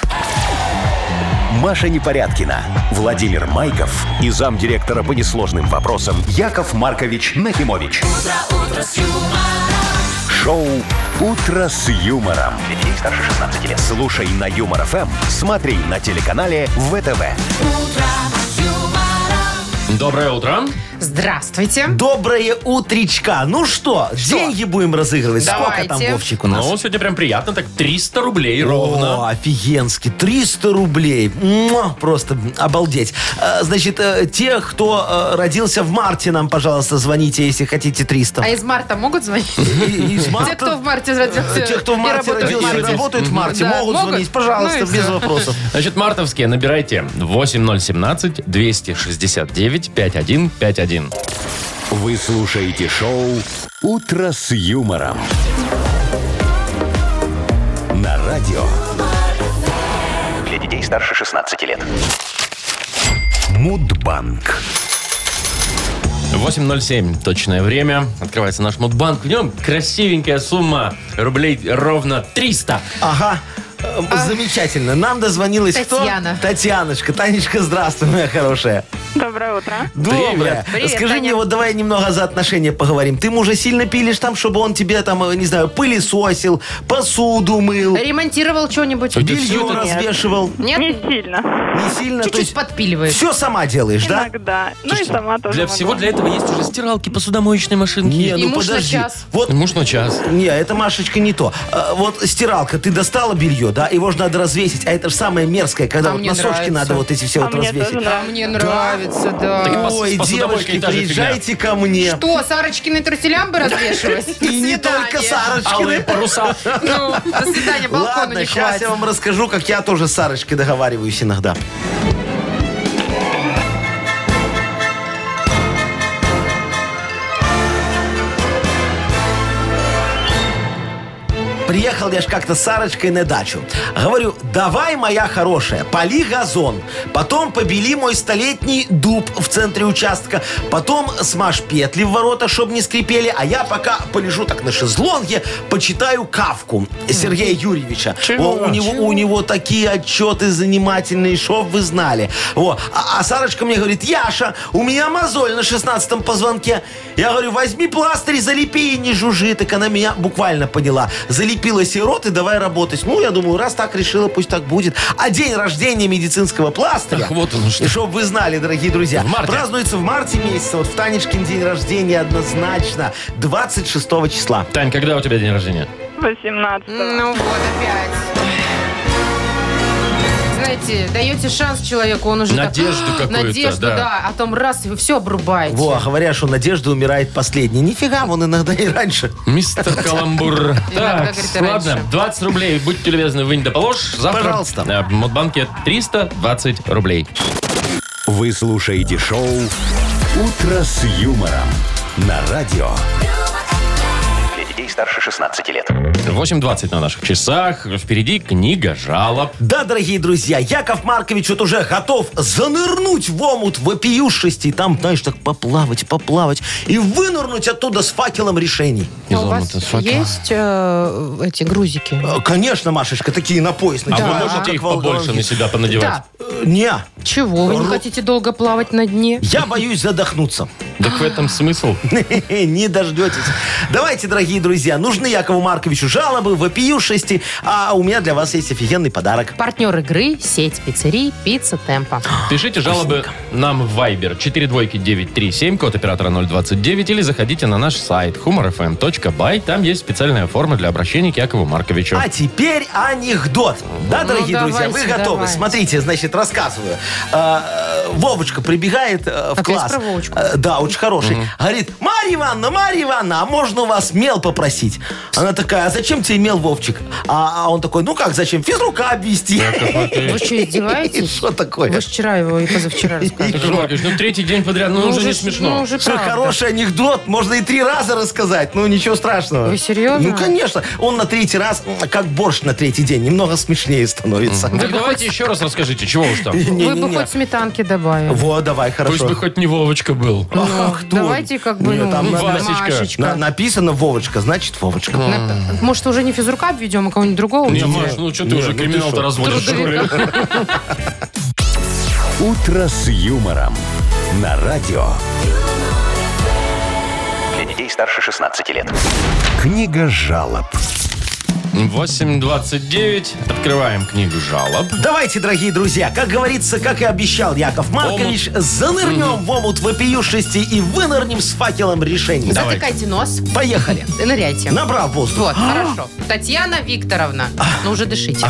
Speaker 1: Маша Непорядкина, Владимир Майков и замдиректора по несложным вопросам Яков Маркович Нахимович. Шоу Утро с юмором. Для детей старше 16 лет. Слушай на юмор ФМ, смотри на телеканале ВТВ.
Speaker 2: Доброе утро.
Speaker 3: Здравствуйте.
Speaker 4: Доброе утречка. Ну что, деньги будем разыгрывать? Сколько там
Speaker 3: Давайте.
Speaker 4: Вовчик у нас?
Speaker 2: Ну, сегодня прям приятно, так 300 рублей ровно.
Speaker 4: О, офигенски. 300 рублей. Муа, просто обалдеть. Э, Значит, э, те, кто э, родился в марте, нам, пожалуйста, звоните, если хотите 300.
Speaker 3: А из марта могут звонить?
Speaker 4: И- из
Speaker 3: Те,
Speaker 4: марта?
Speaker 3: кто в марте родился.
Speaker 4: Те, кто в
Speaker 3: и
Speaker 4: марте
Speaker 3: работают в
Speaker 4: родился и
Speaker 3: марте.
Speaker 4: работают в марте,
Speaker 3: Да,
Speaker 4: могут
Speaker 3: могут?
Speaker 4: звонить, пожалуйста,
Speaker 3: Ну и
Speaker 4: без
Speaker 3: всё.
Speaker 4: вопросов.
Speaker 2: Значит, мартовские набирайте 8017 269 5151.
Speaker 1: Вы слушаете шоу Утро с юмором. На радио
Speaker 5: Для детей старше 16 лет.
Speaker 1: Мудбанк.
Speaker 2: 8.07 точное время. Открывается наш мудбанк. В нем красивенькая сумма рублей ровно 300.
Speaker 4: Ага. Э, Замечательно. Нам дозвонилась кто?
Speaker 3: Татьяна.
Speaker 4: Татьяночка. Танечка, здравствуй, моя хорошая.
Speaker 8: Доброе утро.
Speaker 4: Доброе.
Speaker 3: Привет,
Speaker 4: Скажи
Speaker 3: Таня.
Speaker 4: мне, вот давай немного за отношения поговорим. Ты мужа сильно пилишь там, чтобы он тебе там, э, не знаю, пылесосил, посуду мыл,
Speaker 3: Ремонтировал что-нибудь?
Speaker 2: Ой, да
Speaker 4: белье развешивал.
Speaker 3: Нет?
Speaker 8: Не сильно.
Speaker 4: Не сильно, то
Speaker 3: Чуть-чуть
Speaker 4: есть
Speaker 3: подпиливает.
Speaker 4: все сама делаешь, да?
Speaker 8: Иногда. Ну и
Speaker 3: А,
Speaker 8: сама тоже.
Speaker 2: Для
Speaker 8: могу.
Speaker 2: всего для этого есть уже стиралки, посудомоечные машинки.
Speaker 4: Не,
Speaker 3: И
Speaker 4: ну
Speaker 3: муж на
Speaker 4: подожди.
Speaker 3: час.
Speaker 4: Вот
Speaker 2: Муж на час.
Speaker 4: не, это Машечка не то. А, Вот стиралка, ты достала белье, да? Его же надо развесить. А это же самое мерзкое, когда
Speaker 3: А
Speaker 4: вот
Speaker 3: мне
Speaker 4: носочки
Speaker 3: нравится.
Speaker 4: надо вот эти все
Speaker 8: А
Speaker 4: вот
Speaker 8: мне тоже
Speaker 4: развесить.
Speaker 3: А
Speaker 8: нравится.
Speaker 3: мне нравится, да.
Speaker 2: Так пос-
Speaker 4: Ой,
Speaker 2: с посудомойкой
Speaker 4: девочки,
Speaker 2: та же
Speaker 4: приезжайте ко мне.
Speaker 3: Что, Сарочкины труселямбы развешивать? До
Speaker 4: И не
Speaker 3: свидания.
Speaker 4: только
Speaker 2: Алые
Speaker 4: Сарочкины.
Speaker 2: паруса.
Speaker 3: Ну, до свидания, балкона
Speaker 4: Ладно,
Speaker 3: не
Speaker 4: сейчас
Speaker 3: хватит.
Speaker 4: я вам расскажу, как я тоже с Сарочкой договариваюсь иногда. Приехал я ж как-то с Сарочкой на дачу. Говорю, давай, моя хорошая, поли газон. Потом побели мой столетний дуб в центре участка. Потом смажь петли в ворота, чтобы не скрипели. А я пока полежу так на шезлонге, почитаю кавку Сергея Юрьевича. О, у, него, у него такие отчеты занимательные, чтоб вы знали. Во. А, а Сарочка мне говорит, Яша, у меня мозоль на 16-м позвонке. Я говорю, возьми пластырь, залепи и не жужжи. Так она меня буквально поняла. Залепила сирот и давай работать. Ну, я думаю, раз так решила, пусть так будет. А день рождения медицинского пластыря...
Speaker 2: Ах, вот оно что.
Speaker 4: И чтоб вы знали, дорогие друзья,
Speaker 2: В марте.
Speaker 4: празднуется в марте месяце. Вот в Танечкин день рождения однозначно. 26 числа.
Speaker 2: Тань, когда у тебя день рождения?
Speaker 8: 18
Speaker 3: Ну вот опять. Знаете, даете шанс человеку, он уже так,
Speaker 2: Надежду
Speaker 3: «А,
Speaker 2: какую-то,
Speaker 3: Надежду,
Speaker 2: да.
Speaker 3: да. А потом раз, и все обрубаете.
Speaker 4: Во, а говорят, что надежда умирает последней. Нифига, вон иногда и раньше.
Speaker 2: Мистер Каламбур.
Speaker 3: Иногда,
Speaker 2: Так,
Speaker 3: говорит, и
Speaker 2: ладно,
Speaker 3: раньше.
Speaker 2: 20 рублей, будьте любезны, вынь да положь. Завтра
Speaker 4: Пожалуйста.
Speaker 2: э, В Модбанке 320 рублей.
Speaker 1: Вы слушаете шоу «Утро с юмором» на радио.
Speaker 5: Для детей старше 16 лет.
Speaker 2: 8.20 на наших часах. Впереди книга жалоб.
Speaker 4: Да, дорогие друзья, Яков Маркович вот уже готов занырнуть в омут вопиюшести. И там, знаешь, так поплавать, поплавать. И вынырнуть оттуда с факелом решений.
Speaker 3: А у вас
Speaker 2: Изломанный факел.
Speaker 3: есть э, эти грузики?
Speaker 4: Э, Конечно, Машечка, такие на пояс.
Speaker 2: А вы
Speaker 4: надевают,
Speaker 2: можете
Speaker 4: как
Speaker 2: их побольше
Speaker 4: волдонги.
Speaker 2: на себя понадевать?
Speaker 3: Да.
Speaker 4: Э, Не,
Speaker 3: Чего? Вы не
Speaker 4: Ру-
Speaker 3: хотите долго плавать на дне?
Speaker 4: я боюсь задохнуться.
Speaker 2: Так в этом смысл.
Speaker 4: Не дождетесь. Давайте, дорогие друзья, нужны Якову Марковичу жалобы, вопиюшести, а у меня для вас есть офигенный подарок.
Speaker 3: Партнер игры, сеть пиццерий, пицца темпа.
Speaker 2: Пишите жалобы нам в Viber 42937, код оператора 029, или заходите на наш сайт humorfm.by. Там есть специальная форма для обращения к Якову Марковичу.
Speaker 4: А теперь анекдот. Да, дорогие друзья, вы
Speaker 3: Ну, давайте,
Speaker 4: готовы?
Speaker 3: давайте.
Speaker 4: Смотрите, значит, рассказываю. А, э, Вовочка прибегает э, в
Speaker 3: Опять
Speaker 4: класс.
Speaker 3: про Вовочку.
Speaker 4: Э, Да, очень хороший. Говорит, Марья Ивановна, Марья Ивановна, а можно у вас мел попросить? Она такая, а зачем тебе мел, Вовчик? А, а он такой, ну как, зачем? Физрука обвести.
Speaker 3: Вы что, издеваетесь?
Speaker 4: Что такое?
Speaker 3: Вы ж вчера его и позавчера рассказывали.
Speaker 2: Яков Маркович, ну третий день подряд, ну, уже не
Speaker 3: ж-
Speaker 2: смешно.
Speaker 3: Ну, уже
Speaker 4: Что
Speaker 3: правда.
Speaker 4: хороший анекдот, можно и три раза рассказать, ну ничего страшного.
Speaker 3: Вы серьезно?
Speaker 4: Ну конечно, он на третий раз м, как борщ на третий день, немного смешнее становится.
Speaker 2: Так давайте еще раз расскажите, чего уж там.
Speaker 3: Вы бы
Speaker 4: Не-не-не.
Speaker 3: хоть сметанки добавили.
Speaker 4: Во, давай,
Speaker 2: Пусть
Speaker 4: хорошо.
Speaker 2: бы хоть не Вовочка был.
Speaker 4: Ах,
Speaker 3: Ну,
Speaker 4: кто?
Speaker 3: давайте как бы,
Speaker 4: Не,
Speaker 3: ну,
Speaker 4: там
Speaker 3: ну,
Speaker 4: надо-
Speaker 2: Васечка.
Speaker 3: Машечка.
Speaker 4: На- написано Вовочка, значит Вовочка.
Speaker 3: На- Может, уже не физрука обведем, а кого-нибудь другого?
Speaker 2: Не,
Speaker 3: введем?
Speaker 2: Маш, ну что ты
Speaker 4: Не,
Speaker 2: уже
Speaker 4: ну ты
Speaker 2: криминал-то
Speaker 4: шо?
Speaker 2: разводишь, что ли?
Speaker 1: «Утро с юмором» на радио.
Speaker 5: Для детей старше 16 лет.
Speaker 1: Книга жалоб.
Speaker 2: 8.29. Открываем книгу жалоб.
Speaker 4: Давайте, дорогие друзья, как говорится, как и обещал Яков Маркович, занырнем в омут вопиюшести и вынырнем с факелом решений.
Speaker 3: Затыкайте нос
Speaker 4: Поехали.
Speaker 3: и ныряйте.
Speaker 4: Набрал воздух.
Speaker 2: А!
Speaker 3: Вот, хорошо. Татьяна Викторовна. Ну, уже дышите.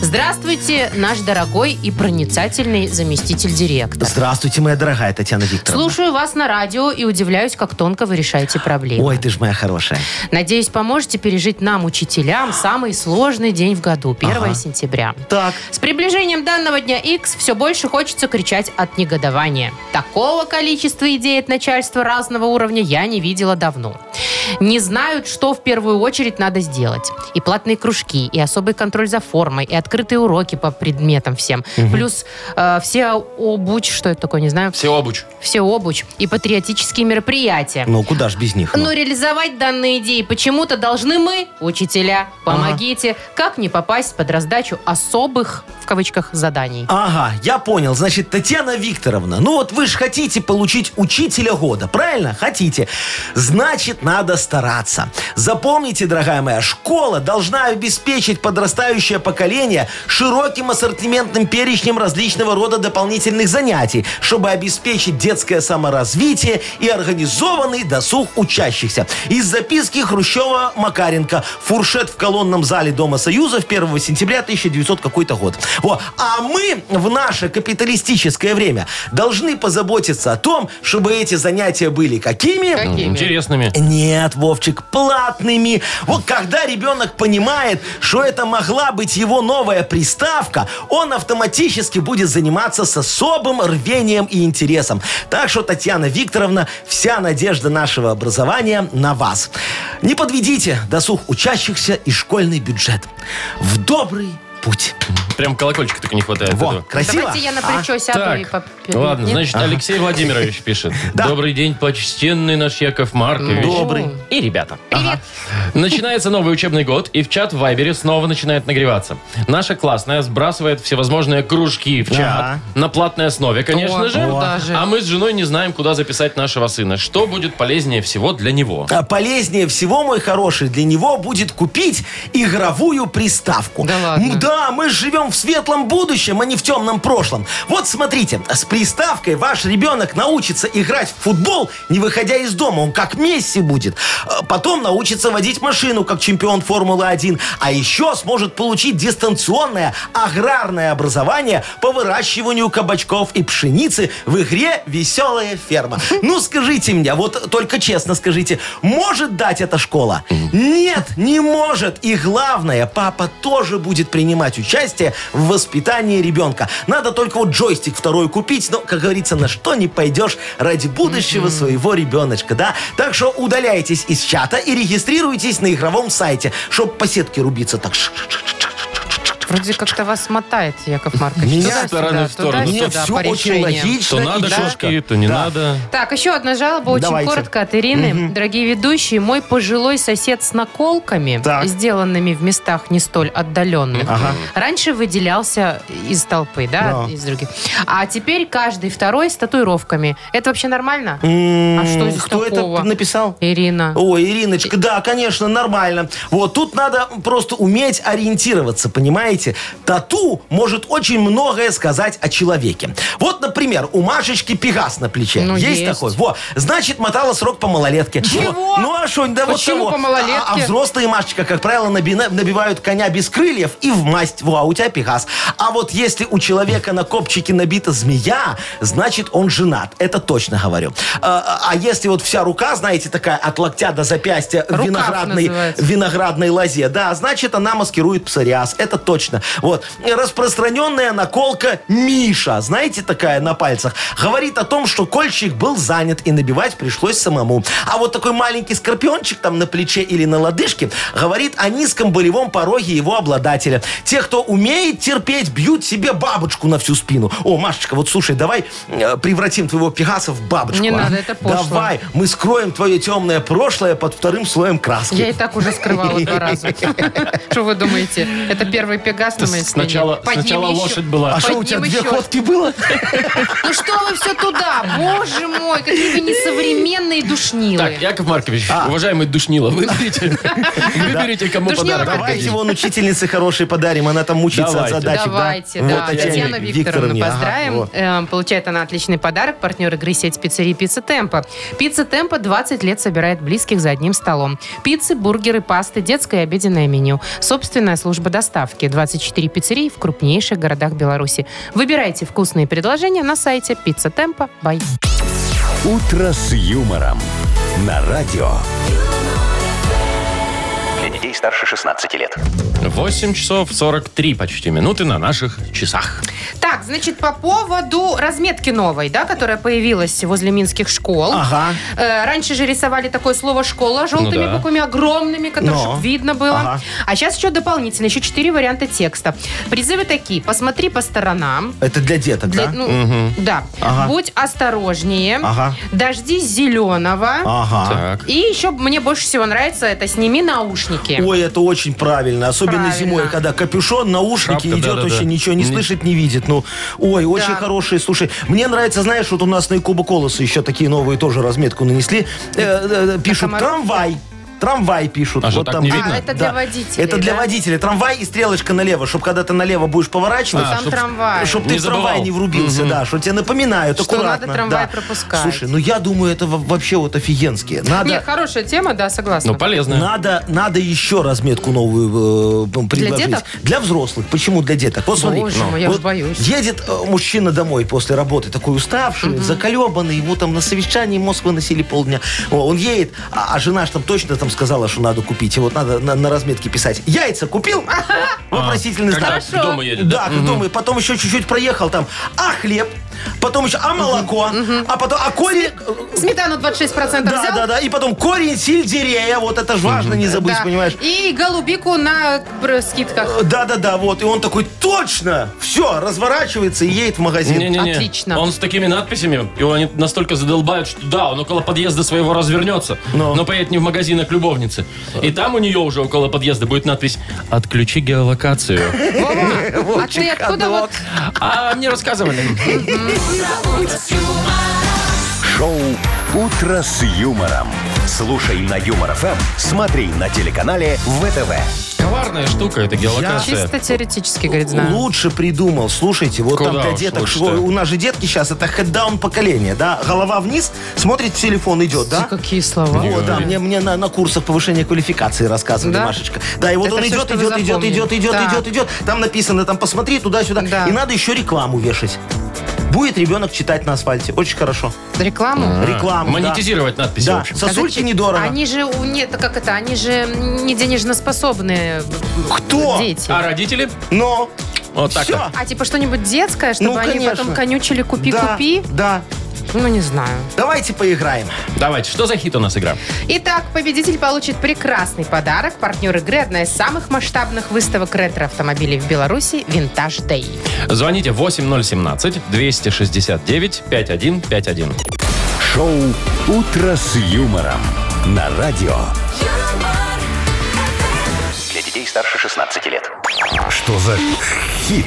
Speaker 3: Здравствуйте, наш дорогой и проницательный заместитель директора.
Speaker 4: Здравствуйте, моя дорогая Татьяна Викторовна.
Speaker 3: Слушаю вас на радио и удивляюсь, как тонко вы решаете проблемы.
Speaker 4: Ой, ты ж моя хорошая.
Speaker 3: Надеюсь, поможете пережить нам, учителям, самый сложный день в году, 1 сентября.
Speaker 4: Так.
Speaker 3: С приближением данного дня X все больше хочется кричать от негодования. Такого количества идей от начальства разного уровня я не видела давно. Не знают, что в первую очередь надо сделать. И платные кружки, и особый контроль за формой, и открытые уроки по предметам всем. Плюс э, все обуч, что это такое, не знаю,
Speaker 2: Все обуч.
Speaker 3: все обуч и патриотические мероприятия.
Speaker 4: Ну, куда ж без них? ну?
Speaker 3: Но реализовать данные идеи почему-то должны мы, учителя. Помогите, как не попасть под раздачу особых, в кавычках,
Speaker 2: А,
Speaker 3: заданий.
Speaker 4: Ага, я понял. Значит, Татьяна Викторовна, ну вот вы же хотите получить учителя года, правильно? Хотите. Значит, надо надо стараться. Запомните, дорогая моя, школа должна обеспечить подрастающее поколение широким ассортиментным перечнем различного рода дополнительных занятий, чтобы обеспечить детское саморазвитие и организованный досуг учащихся. Из записки Хрущева-Макаренко «Фуршет в колонном зале Дома Союзов 1 сентября 1900 какой-то год». Во. А мы в наше капиталистическое время должны позаботиться о том, чтобы эти занятия были какими?
Speaker 2: Ну, Интересными.
Speaker 4: Э. Нет, Вовчик, платными. Вот когда ребенок понимает, что это могла быть его новая приставка, он автоматически будет заниматься с особым рвением и интересом. Так что, Татьяна Викторовна, вся надежда нашего образования на вас. Не подведите досуг учащихся и школьный бюджет. В добрый путь.
Speaker 2: Прям колокольчика только не хватает.
Speaker 4: Во,
Speaker 2: этого.
Speaker 4: красиво?
Speaker 3: Давайте я на плечо сяду и
Speaker 2: А, Так,
Speaker 3: поп-
Speaker 2: ладно,
Speaker 3: Нет?
Speaker 2: значит, Алексей Владимирович пишет.
Speaker 4: Да.
Speaker 2: Добрый день, почтенный наш Яков Маркович.
Speaker 4: Добрый.
Speaker 2: И ребята.
Speaker 3: Привет.
Speaker 2: Начинается новый учебный год, и в чат в Вайбере снова начинает нагреваться. Наша классная сбрасывает всевозможные кружки в чат.
Speaker 4: Ага.
Speaker 2: На платной основе, конечно
Speaker 3: О,
Speaker 2: же.
Speaker 3: вот даже.
Speaker 2: А мы с женой не знаем, куда записать нашего сына. Что будет полезнее всего для него?
Speaker 4: А Полезнее всего, мой хороший, для него будет купить игровую приставку.
Speaker 3: Да ладно?
Speaker 4: М, Да, мы ж живем в светлом будущем, а не в темном прошлом. Вот смотрите, с приставкой ваш ребенок научится играть в футбол, не выходя из дома. Он как Месси будет. А Потом научится водить машину, как чемпион Формулы-1. А еще сможет получить дистанционное аграрное образование по выращиванию кабачков и пшеницы в игре «Веселая ферма». Ну, скажите мне, вот только честно скажите, может дать эта школа? Нет, не может. И главное, папа тоже будет принимать участие в воспитании ребенка. Надо только вот джойстик второй купить, но, как говорится, на что не пойдешь ради будущего своего ребеночка, да? Так что удаляйтесь из чата и регистрируйтесь на игровом сайте, чтобы по сетке рубиться так. ш- ш- ш-
Speaker 3: Вроде как-то вас мотает, Яков Маркович.
Speaker 4: Меня
Speaker 3: Туда-сюда,
Speaker 2: из стороны в сторону.
Speaker 3: туда-сюда
Speaker 4: Нет, всё
Speaker 3: по
Speaker 4: очень
Speaker 3: решениям.
Speaker 4: логично.
Speaker 2: То надо
Speaker 4: и да.
Speaker 2: кружки, то не
Speaker 4: Да.
Speaker 2: надо.
Speaker 3: Так, еще одна жалоба, очень
Speaker 4: Давайте.
Speaker 3: коротко от Ирины. Дорогие ведущие, мой пожилой сосед с наколками,
Speaker 4: Так.
Speaker 3: сделанными в местах не столь отдаленных, раньше выделялся из толпы, да,
Speaker 4: Да.
Speaker 3: из других. А теперь каждый второй с татуировками. Это вообще нормально? А что здесь
Speaker 4: Кто
Speaker 3: такого?
Speaker 4: это написал?
Speaker 3: Ирина.
Speaker 4: Ой, Ириночка, да, конечно, нормально. Вот тут надо просто уметь ориентироваться, понимаете? Тату может очень многое сказать о человеке. Вот, например, у Машечки Пегас на плече.
Speaker 3: Ну,
Speaker 4: есть,
Speaker 3: есть.
Speaker 4: такой? Во, значит, мотала срок по малолетке.
Speaker 3: Чего?
Speaker 4: Во. Ну, а что, да вот
Speaker 3: Почему
Speaker 4: того.
Speaker 3: по малолетке?
Speaker 4: А, а взрослые, Машечка, как правило, набина- набивают коня без крыльев и в масть. Во, а у тебя Пегас. А вот если у человека на копчике набита змея, значит, он женат. Это точно говорю. А, а если вот вся рука, знаете, такая от локтя до запястья в
Speaker 3: Рукав
Speaker 4: виноградной,
Speaker 3: называется.
Speaker 4: в виноградной лозе, да, значит, она маскирует псориаз. Это точно. Вот. Распространенная наколка Миша, знаете, такая на пальцах, говорит о том, что кольчик был занят и набивать пришлось самому. А вот такой маленький скорпиончик там на плече или на лодыжке говорит о низком болевом пороге его обладателя. Те, кто умеет терпеть, бьют себе бабочку на всю спину. О, Машечка, вот слушай, давай э, превратим твоего пегаса в бабочку.
Speaker 3: Не
Speaker 4: а?
Speaker 3: надо, это пошло.
Speaker 4: Давай, мы скроем твое темное прошлое под вторым слоем краски.
Speaker 3: Я и так уже скрывала два раза. Что вы думаете? Это первый пегас на моей спине.
Speaker 2: Сначала,
Speaker 3: Под ним
Speaker 2: сначала
Speaker 3: еще-
Speaker 2: лошадь была.
Speaker 4: А что, у
Speaker 3: Под
Speaker 4: тебя
Speaker 3: ним
Speaker 4: две
Speaker 3: еще.
Speaker 4: ходки было?
Speaker 3: Ну что вы все туда? Боже мой, какие вы несовременные душнилы.
Speaker 2: Так, Яков Маркович,
Speaker 4: А.
Speaker 2: уважаемый Душнила, выберите, выберите кому
Speaker 3: Душнила,
Speaker 2: подарок.
Speaker 4: Давайте его учительнице хорошей подарим, она там мучится от
Speaker 2: Давайте.
Speaker 4: задачек.
Speaker 3: Давайте,
Speaker 4: Вот,
Speaker 3: да.
Speaker 4: Татьяне
Speaker 3: Татьяну Викторовну
Speaker 4: Викторовне, ага,
Speaker 3: поздравим.
Speaker 4: вот.
Speaker 3: Эм, Получает она отличный подарок. Партнер игры сеть пиццерий «Пицца Темпа». «Пицца Темпа» 20 лет собирает близких за одним столом. Пиццы, бургеры, пасты, детское и обеденное меню. Собственная служба доставки. 24 пиццерии в крупнейших городах Беларуси. Выбирайте вкусные предложения на сайте «Пицца Темпа». Бай.
Speaker 1: «Утро с юмором» на радио.
Speaker 5: Для детей старше 16 лет.
Speaker 2: 8 часов 43 почти минуты на наших часах.
Speaker 3: Так, значит, по поводу разметки новой, да, которая появилась возле минских школ.
Speaker 4: Ага.
Speaker 3: Э, раньше же рисовали такое слово «школа» желтыми
Speaker 2: Ну да.
Speaker 3: буквами, огромными, которые
Speaker 4: Но.
Speaker 3: чтоб видно было.
Speaker 4: Ага.
Speaker 3: А сейчас еще дополнительно, еще четыре варианта текста. Призывы такие. Посмотри по сторонам.
Speaker 4: Это для деток,
Speaker 3: Для-
Speaker 4: да?
Speaker 3: ну, Да.
Speaker 4: Ага.
Speaker 3: Будь осторожнее.
Speaker 4: Ага. А,
Speaker 3: Дождись зеленого.
Speaker 4: Ага.
Speaker 2: Так. Ну,
Speaker 3: И еще мне больше всего нравится это «сними наушники».
Speaker 4: Ой, Ой, это очень правильно. Особенно
Speaker 3: Правильно.
Speaker 4: зимой, когда капюшон,
Speaker 2: Шапка,
Speaker 4: наушники, идет
Speaker 2: да-да-да.
Speaker 4: вообще ничего не
Speaker 2: Не-
Speaker 4: слышит, не видит. Ну, ой, очень хорошие. Слушай, мне нравится, знаешь, вот у нас на Куба Колоса еще такие новые тоже разметку нанесли. Э, э, э, Пишут
Speaker 3: комаров?
Speaker 4: трамвай. Трамвай пишут.
Speaker 2: А что,
Speaker 4: Вот
Speaker 2: так
Speaker 4: там
Speaker 2: не
Speaker 3: А,
Speaker 2: видно?
Speaker 3: это для
Speaker 4: Да.
Speaker 3: водителей,
Speaker 4: Это для
Speaker 3: да?
Speaker 4: водителя. Трамвай и стрелочка налево, чтобы когда ты налево будешь поворачивать,
Speaker 3: Там
Speaker 2: чтоб-
Speaker 3: трамвай.
Speaker 4: чтобы ты
Speaker 2: Не
Speaker 4: в трамвай
Speaker 2: забывал.
Speaker 4: не врубился, да, что тебе напоминают,
Speaker 3: Что
Speaker 4: аккуратно.
Speaker 3: надо трамвай
Speaker 4: да.
Speaker 3: пропускать.
Speaker 4: Слушай, ну я думаю, это во- вообще вот офигенские. Надо...
Speaker 3: Нет, хорошая тема, да, согласна.
Speaker 2: Ну, полезно.
Speaker 4: Надо, надо еще разметку новую э, п- предложить.
Speaker 3: деток?
Speaker 4: Для взрослых. Почему для деток? Вот смотри.
Speaker 3: Боже мой, я
Speaker 4: Вот
Speaker 3: уж боюсь.
Speaker 4: Едет э, мужчина домой после работы, такой уставший, заколебанный, ему там на совещании мозг выносили полдня. О, он едет, а, а жена ж там точно там сказала, что надо купить. И вот надо на, на разметке писать. Яйца купил? Вопросительный
Speaker 2: А, Когда
Speaker 4: знак.
Speaker 2: к дому едет, да?
Speaker 4: Да, к дому. И Потом еще чуть-чуть проехал там. А хлеб? Потом еще, а молоко? А потом, а корень...
Speaker 3: Сметану 26%
Speaker 4: Да,
Speaker 3: взял?
Speaker 4: да, да. И потом корень сельдерея. Вот это ж важно не забыть,
Speaker 3: Да.
Speaker 4: понимаешь?
Speaker 3: И голубику на бр- скидках.
Speaker 4: Э, Да-да-да, вот. И он такой, точно! Все, разворачивается и едет в магазин.
Speaker 2: Не-не-не.
Speaker 3: Отлично.
Speaker 2: Он с такими надписями, его они настолько задолбают, что да, он около подъезда своего развернется,
Speaker 4: Но.
Speaker 2: но, поедет не в магазин, а к любовнице. И там у нее уже около подъезда будет надпись «Отключи геолокацию».
Speaker 3: Вова, а ты откуда вот...
Speaker 2: А мне рассказывали.
Speaker 1: Шоу «Утро с юмором». Слушай на Юмор ФМ, смотри на телеканале ВТВ.
Speaker 2: Коварная штука эта геолокация.
Speaker 3: Чисто теоретически, говорит, знаю.
Speaker 4: Лучше придумал. Слушайте, вот
Speaker 2: Куда
Speaker 4: там для
Speaker 2: уж
Speaker 4: деток,
Speaker 2: лучше,
Speaker 4: шло-
Speaker 2: да.
Speaker 4: у нас же детки сейчас, это хеддаун поколения, да? Голова вниз, смотрит в телефон, идет, да?
Speaker 3: Ты Какие слова.
Speaker 4: О, да, мне, мне на, на курсах повышения квалификации рассказывали,
Speaker 3: Да?
Speaker 4: Машечка. Да, и вот
Speaker 3: Это
Speaker 4: он
Speaker 3: всё,
Speaker 4: идет,
Speaker 3: что вы
Speaker 4: идет, идет,
Speaker 3: запомнили.
Speaker 4: идет, идет,
Speaker 3: Так.
Speaker 4: идет, идет. Там написано, там посмотри туда-сюда.
Speaker 3: Да.
Speaker 4: И надо еще рекламу вешать. Будет ребенок читать на асфальте. Очень хорошо.
Speaker 3: Рекламу?
Speaker 2: А.
Speaker 4: Рекламу. да.
Speaker 2: Монетизировать надписи, в
Speaker 4: Да,
Speaker 2: общем.
Speaker 4: сосульки
Speaker 3: Подожди,
Speaker 4: недорого.
Speaker 3: Они же, у- нет, как это, они же не денежноспособные
Speaker 4: Кто?
Speaker 3: дети.
Speaker 2: А родители?
Speaker 4: Но.
Speaker 2: Вот так
Speaker 4: Всё.
Speaker 2: вот.
Speaker 3: А типа что-нибудь детское, чтобы
Speaker 4: Ну,
Speaker 3: они потом
Speaker 4: конечно.
Speaker 3: конючили
Speaker 4: да,
Speaker 3: купи-купи?
Speaker 4: Да.
Speaker 3: Ну, не знаю.
Speaker 4: Давайте поиграем.
Speaker 2: Давайте, что за хит у нас игра?
Speaker 3: Итак, победитель получит прекрасный подарок. Партнер игры – одна из самых масштабных выставок ретро-автомобилей в Беларуси «Винтаж Дэй».
Speaker 2: Звоните 8017-269-5151.
Speaker 1: Шоу «Утро с юмором» на радио.
Speaker 9: юмор,
Speaker 5: Для детей старше 16 лет.
Speaker 1: Что за хит?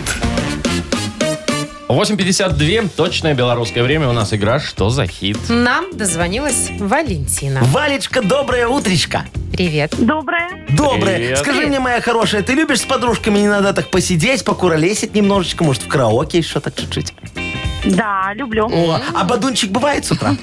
Speaker 2: 8.52, точное белорусское время, у нас игра «Что за хит?».
Speaker 3: Нам дозвонилась Валентина.
Speaker 4: Валечка, доброе утречко.
Speaker 3: Привет.
Speaker 8: Доброе.
Speaker 4: Доброе.
Speaker 2: Привет.
Speaker 4: Скажи мне, моя хорошая, ты любишь с подружками иногда так посидеть, покуролесить немножечко, может, в караоке еще так чуть-чуть?
Speaker 8: Да, люблю.
Speaker 4: О, а бадунчик бывает с утра?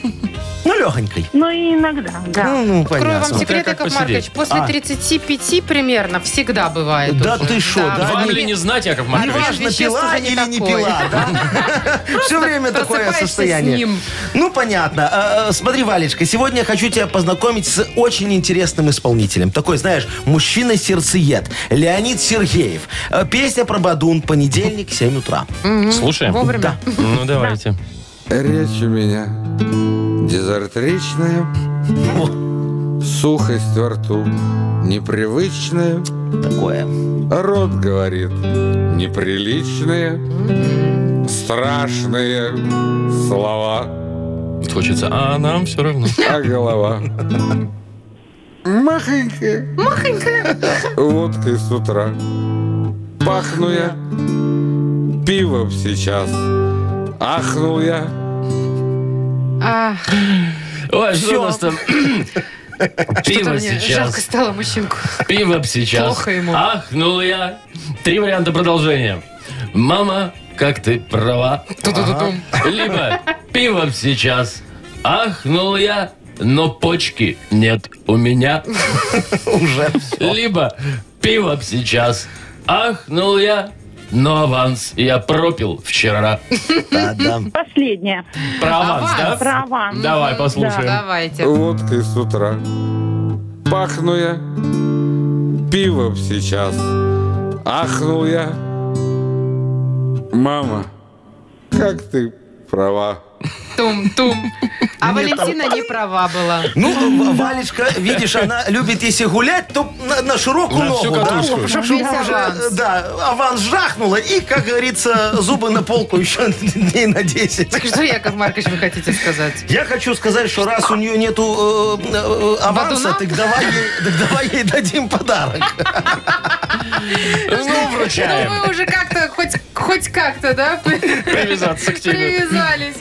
Speaker 4: Ну, легонькой.
Speaker 8: Ну и иногда, да.
Speaker 4: Ну, ну,
Speaker 3: Открою вам
Speaker 4: понятно.
Speaker 3: секрет,
Speaker 2: Смотря как
Speaker 3: Яков Маркович,
Speaker 2: посидеть.
Speaker 3: после
Speaker 4: А. Ну,
Speaker 3: 35 примерно всегда бывает.
Speaker 4: Да
Speaker 3: уже.
Speaker 4: ты шо, да?
Speaker 2: Вам
Speaker 4: Они-
Speaker 2: ли не знать, Яков Маркович?
Speaker 3: Ваш
Speaker 4: Неважно,
Speaker 3: веществ
Speaker 4: пила
Speaker 3: уже не
Speaker 4: или не
Speaker 3: такой.
Speaker 4: пила, да? Все время такое
Speaker 3: просыпаешься с
Speaker 4: состояние.
Speaker 3: ним.
Speaker 4: Ну, понятно. А, а, Смотри, Валечка, сегодня я хочу тебя познакомить с очень интересным исполнителем. Такой, знаешь, мужчина-сердцеед. Леонид Сергеев. Э, Песня про Бадун. Понедельник, 7 утра.
Speaker 2: Слушаем.
Speaker 3: Вовремя.
Speaker 4: Да.
Speaker 2: Ну, давайте.
Speaker 10: Речь у меня дезортричная, сухость во рту непривычная,
Speaker 4: Такое.
Speaker 10: рот говорит неприличные, страшные слова,
Speaker 2: Вот Хочется, а нам все равно.
Speaker 10: а голова махонькая, махонькая, водкой с утра пахну я пивом сейчас, ахнул я.
Speaker 3: А,
Speaker 2: Ой, что у нас там?
Speaker 3: что-то
Speaker 2: Пиво
Speaker 3: мне жарко
Speaker 2: сейчас.
Speaker 3: стало мужчинку.
Speaker 2: Пиво сейчас.
Speaker 3: Плохо ему.
Speaker 2: Ахнул я. Три варианта продолжения. Мама, как ты права. Либо пивом сейчас. Ахнул я, но почки нет у меня.
Speaker 4: Уже.
Speaker 2: Либо пивом сейчас. Ахнул я, но аванс я пропил вчера.
Speaker 4: Да, да.
Speaker 8: Последнее.
Speaker 2: Про аванс,
Speaker 3: Аванс.
Speaker 2: да?
Speaker 8: Права.
Speaker 2: Давай А послушаем.
Speaker 3: Давайте.
Speaker 10: Водкой с утра Пахну я пивом сейчас Ахнул я Мама, как ты права.
Speaker 3: Тум-тум. А Валентина не права была.
Speaker 4: Ну, Валечка, видишь, она любит, если гулять, то на, на широкую
Speaker 2: На всю
Speaker 4: ногу, да,
Speaker 2: катушку.
Speaker 4: чтоб- чтоб
Speaker 3: Весь
Speaker 4: уже,
Speaker 3: аванс.
Speaker 4: да, аванс жахнула, и, как говорится, зубы на полку еще дней на 10.
Speaker 3: Так что, Яков Маркович, вы хотите сказать?
Speaker 4: Я хочу сказать, что раз у нее нету э, э, аванса,
Speaker 3: Бадуна?
Speaker 4: так давай, ей, так давай ей дадим подарок.
Speaker 2: Ну,
Speaker 3: Ну,
Speaker 2: вручаем.
Speaker 3: вы уже как-то, хоть, хоть как-то, да,
Speaker 2: Привязаться к тебе.
Speaker 3: привязались.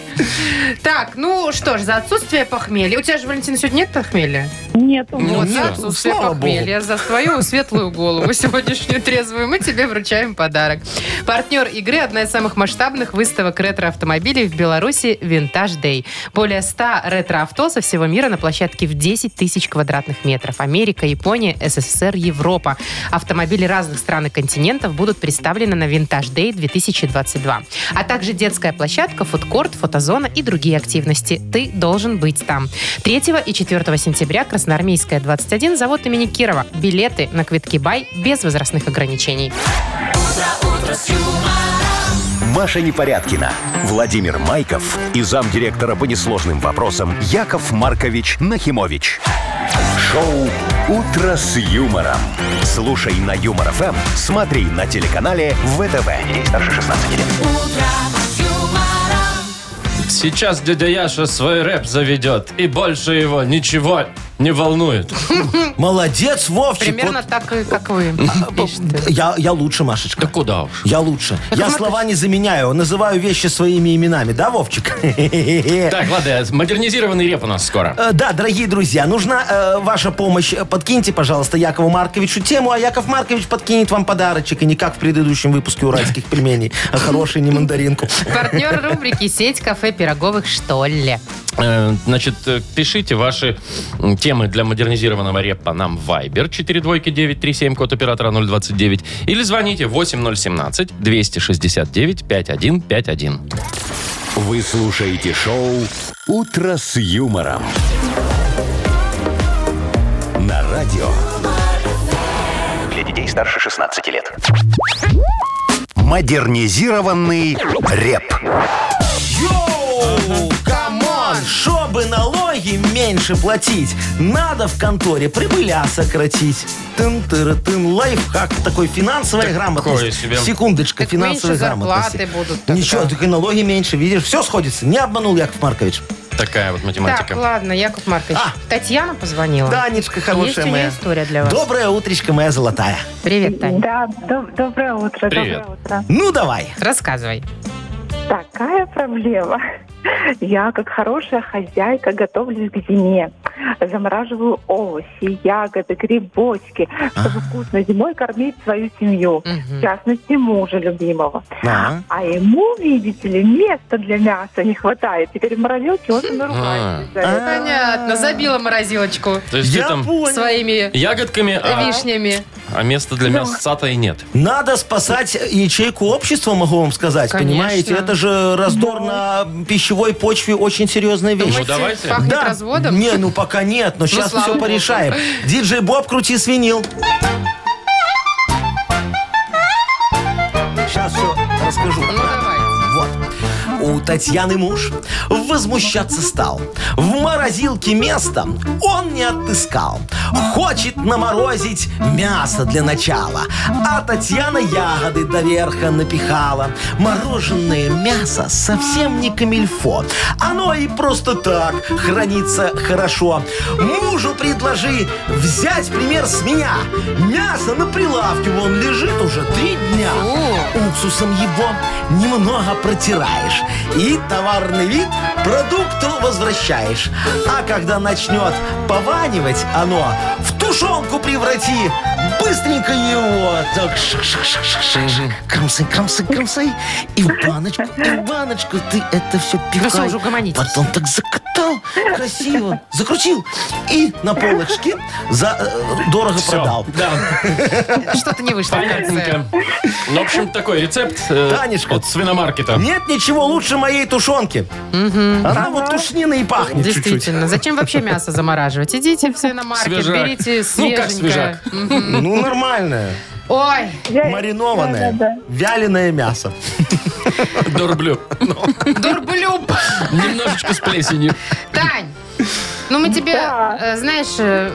Speaker 3: Так, ну что ж, за отсутствие похмелья. У тебя же, Валентина, сегодня нет похмелья?
Speaker 8: Нету.
Speaker 3: Ну, вот за
Speaker 4: нет,
Speaker 3: отсутствие
Speaker 4: слава
Speaker 3: похмелья, за свою светлую голову сегодняшнюю трезвую мы тебе вручаем подарок. Партнер игры – одна из самых масштабных выставок ретро-автомобилей в Беларуси «Винтаж Дэй». Более 100 ретро-авто со всего мира на площадке в 10 тысяч квадратных метров. Америка, Япония, СССР, Европа. Автомобили разных стран и континентов будут представлены на «Винтаж Дэй 2022». А также детская площадка, фудкорт, фотозона и другие активности. Ты должен быть там. 3 и 4 сентября Красноармейская, 21, завод имени Кирова. Билеты на квитки Бай без возрастных ограничений.
Speaker 1: Маша Непорядкина, Владимир Майков и замдиректора по несложным вопросам Яков Маркович Нахимович. Шоу «Утро с юмором». Слушай на Юмор ФМ, смотри на телеканале ВТВ. Ей старше 16 лет.
Speaker 2: Сейчас дядя Яша свой рэп заведет, и больше его ничего не волнует.
Speaker 4: Молодец, Вовчик.
Speaker 3: Примерно
Speaker 4: вот,
Speaker 3: так, э, как вы
Speaker 4: п-
Speaker 3: пишете.
Speaker 4: я, я лучше, Машечка.
Speaker 2: Да куда уж.
Speaker 4: Я лучше. я
Speaker 3: Маркович.
Speaker 4: слова не заменяю, называю вещи своими именами, да, Вовчик?
Speaker 2: Так, ладно, модернизированный реп у нас скоро.
Speaker 4: Э, Да, дорогие друзья, нужна э, ваша помощь. Э, Подкиньте, пожалуйста, Якову Марковичу тему, а Яков Маркович подкинет вам подарочек, и не как в предыдущем выпуске уральских пельменей, а хороший не мандаринку.
Speaker 3: Партнер рубрики «Сеть кафе пироговых что ли».
Speaker 2: Э, Значит, э, пишите ваши м, темы для модернизированного репа нам в Viber 42937, код оператора 029, или звоните 8017-269-5151.
Speaker 1: Вы слушаете шоу «Утро с юмором». На радио
Speaker 5: Для детей старше 16 лет.
Speaker 1: «Модернизированный реп».
Speaker 4: Йоу, камон, чтобы налоги меньше платить, надо в конторе прибыля сократить. Тын тыры тын лайфхак такой финансовая грамотность.
Speaker 2: себе.
Speaker 4: Секундочка,
Speaker 3: Так
Speaker 4: финансовая
Speaker 3: меньше
Speaker 4: грамотность.
Speaker 3: зарплаты будут тогда.
Speaker 4: Ничего, так и налоги меньше, видишь, все сходится. Не обманул Яков Маркович.
Speaker 2: Такая вот математика.
Speaker 3: Так, ладно, Яков Маркович.
Speaker 4: А.
Speaker 3: Татьяна позвонила.
Speaker 4: Да, Анечка,
Speaker 3: А. Есть у
Speaker 4: хорошая
Speaker 3: меня
Speaker 4: моя.
Speaker 3: история для вас.
Speaker 4: Доброе утречко, моя золотая.
Speaker 3: Привет, Таня.
Speaker 8: Да, доб- доброе утро,
Speaker 2: Привет.
Speaker 8: доброе утро.
Speaker 4: Ну, давай.
Speaker 3: Рассказывай.
Speaker 8: Такая проблема. Я, как хорошая хозяйка, готовлюсь к зиме. Замораживаю овощи, ягоды, грибочки,
Speaker 2: А.
Speaker 8: чтобы вкусно зимой кормить свою семью. В
Speaker 3: Мгм.
Speaker 8: частности, мужа любимого.
Speaker 4: Ага.
Speaker 8: А ему, видите ли, места для мяса не хватает. Теперь в морозилке он со мной ругается за это.
Speaker 3: Понятно, забила морозилочку
Speaker 2: А, То есть
Speaker 4: Я
Speaker 2: ты там
Speaker 4: понял.
Speaker 3: своими
Speaker 2: ягодками, а,
Speaker 3: вишнями.
Speaker 2: а места
Speaker 4: Ну.
Speaker 2: для мясца-то и нет.
Speaker 4: Надо спасать ячейку общества, могу вам сказать.
Speaker 3: Конечно. Ну.
Speaker 4: Понимаете, это же раздор на пищевой почве очень серьезная вещь.
Speaker 2: Ну, давайте.
Speaker 3: Пахнет разводом?
Speaker 4: Не, ну пока нет, но сейчас
Speaker 3: слава
Speaker 4: все
Speaker 3: богу.
Speaker 4: порешаем. Диджей Боб, крути свинил. Сейчас все расскажу.
Speaker 3: Ну, давайте.
Speaker 4: Вот. У Татьяны муж возмущаться стал. В морозилке места он не отыскал. Хочет наморозить мясо для начала. А Татьяна ягоды до верха напихала. Мороженое мясо совсем не камильфо. Оно и просто так хранится хорошо. Мужу предложи взять пример с меня. Мясо на прилавке вон лежит уже три дня. Уксусом его немного протираешь. И товарный вид продукту возвращаешь. А когда начнет пованивать оно, в тушенку преврати. Быстренько его так шик-шик-шик-шик-шик. Кромсай, кромсай, кромсай. И в баночку, и в баночку ты это все пихай.
Speaker 3: всё, уже угомонитесь.
Speaker 4: Потом так закатал красиво, закрутил. И на полочке за, э, дорого
Speaker 2: Всё.
Speaker 4: продал.
Speaker 2: Да,
Speaker 3: А Что-то не вышло. в конце.
Speaker 2: понятненько. Ну, в общем, такой рецепт э,
Speaker 4: Танечка. Ну.
Speaker 2: от свиномаркета.
Speaker 4: Нет ничего лучше моей тушенки. Она вот тушнина и пахнет чуть-чуть.
Speaker 3: Действительно, зачем вообще мясо замораживать? Идите все на маркет,
Speaker 2: Свежак.
Speaker 3: берите
Speaker 2: Ну,
Speaker 3: свеженькое.
Speaker 2: как свежак.
Speaker 3: Мгм.
Speaker 4: Ну, нормальное.
Speaker 3: Ой,
Speaker 8: Я-
Speaker 4: Маринованное.
Speaker 8: Да-да-да.
Speaker 4: Вяленое мясо.
Speaker 2: Дорблю.
Speaker 3: Дурблюб.
Speaker 2: Немножечко с плесенью.
Speaker 3: Тань, ну мы тебе, э, знаешь, э,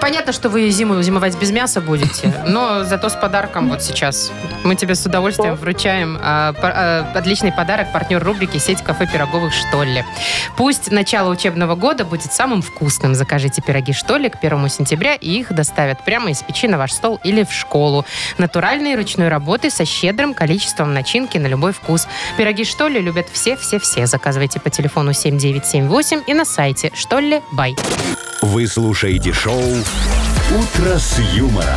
Speaker 3: понятно, что вы зиму зимовать без мяса будете, но зато с подарком вот сейчас. Мы тебе с удовольствием вручаем а, пар- а, отличный подарок партнер рубрики «Сеть кафе пироговых Штолле». Пусть начало учебного года будет самым вкусным. Закажите пироги Штолле к 1 сентября, и их доставят прямо из печи на ваш стол или в школу. Натуральные ручной работы со щедрым количеством начинки на любой вкус. Пироги Штолле любят все-все-все. Заказывайте по телефону 7978 и на сайте штолле бай.
Speaker 1: Вы слушаете шоу «Утро с юмором»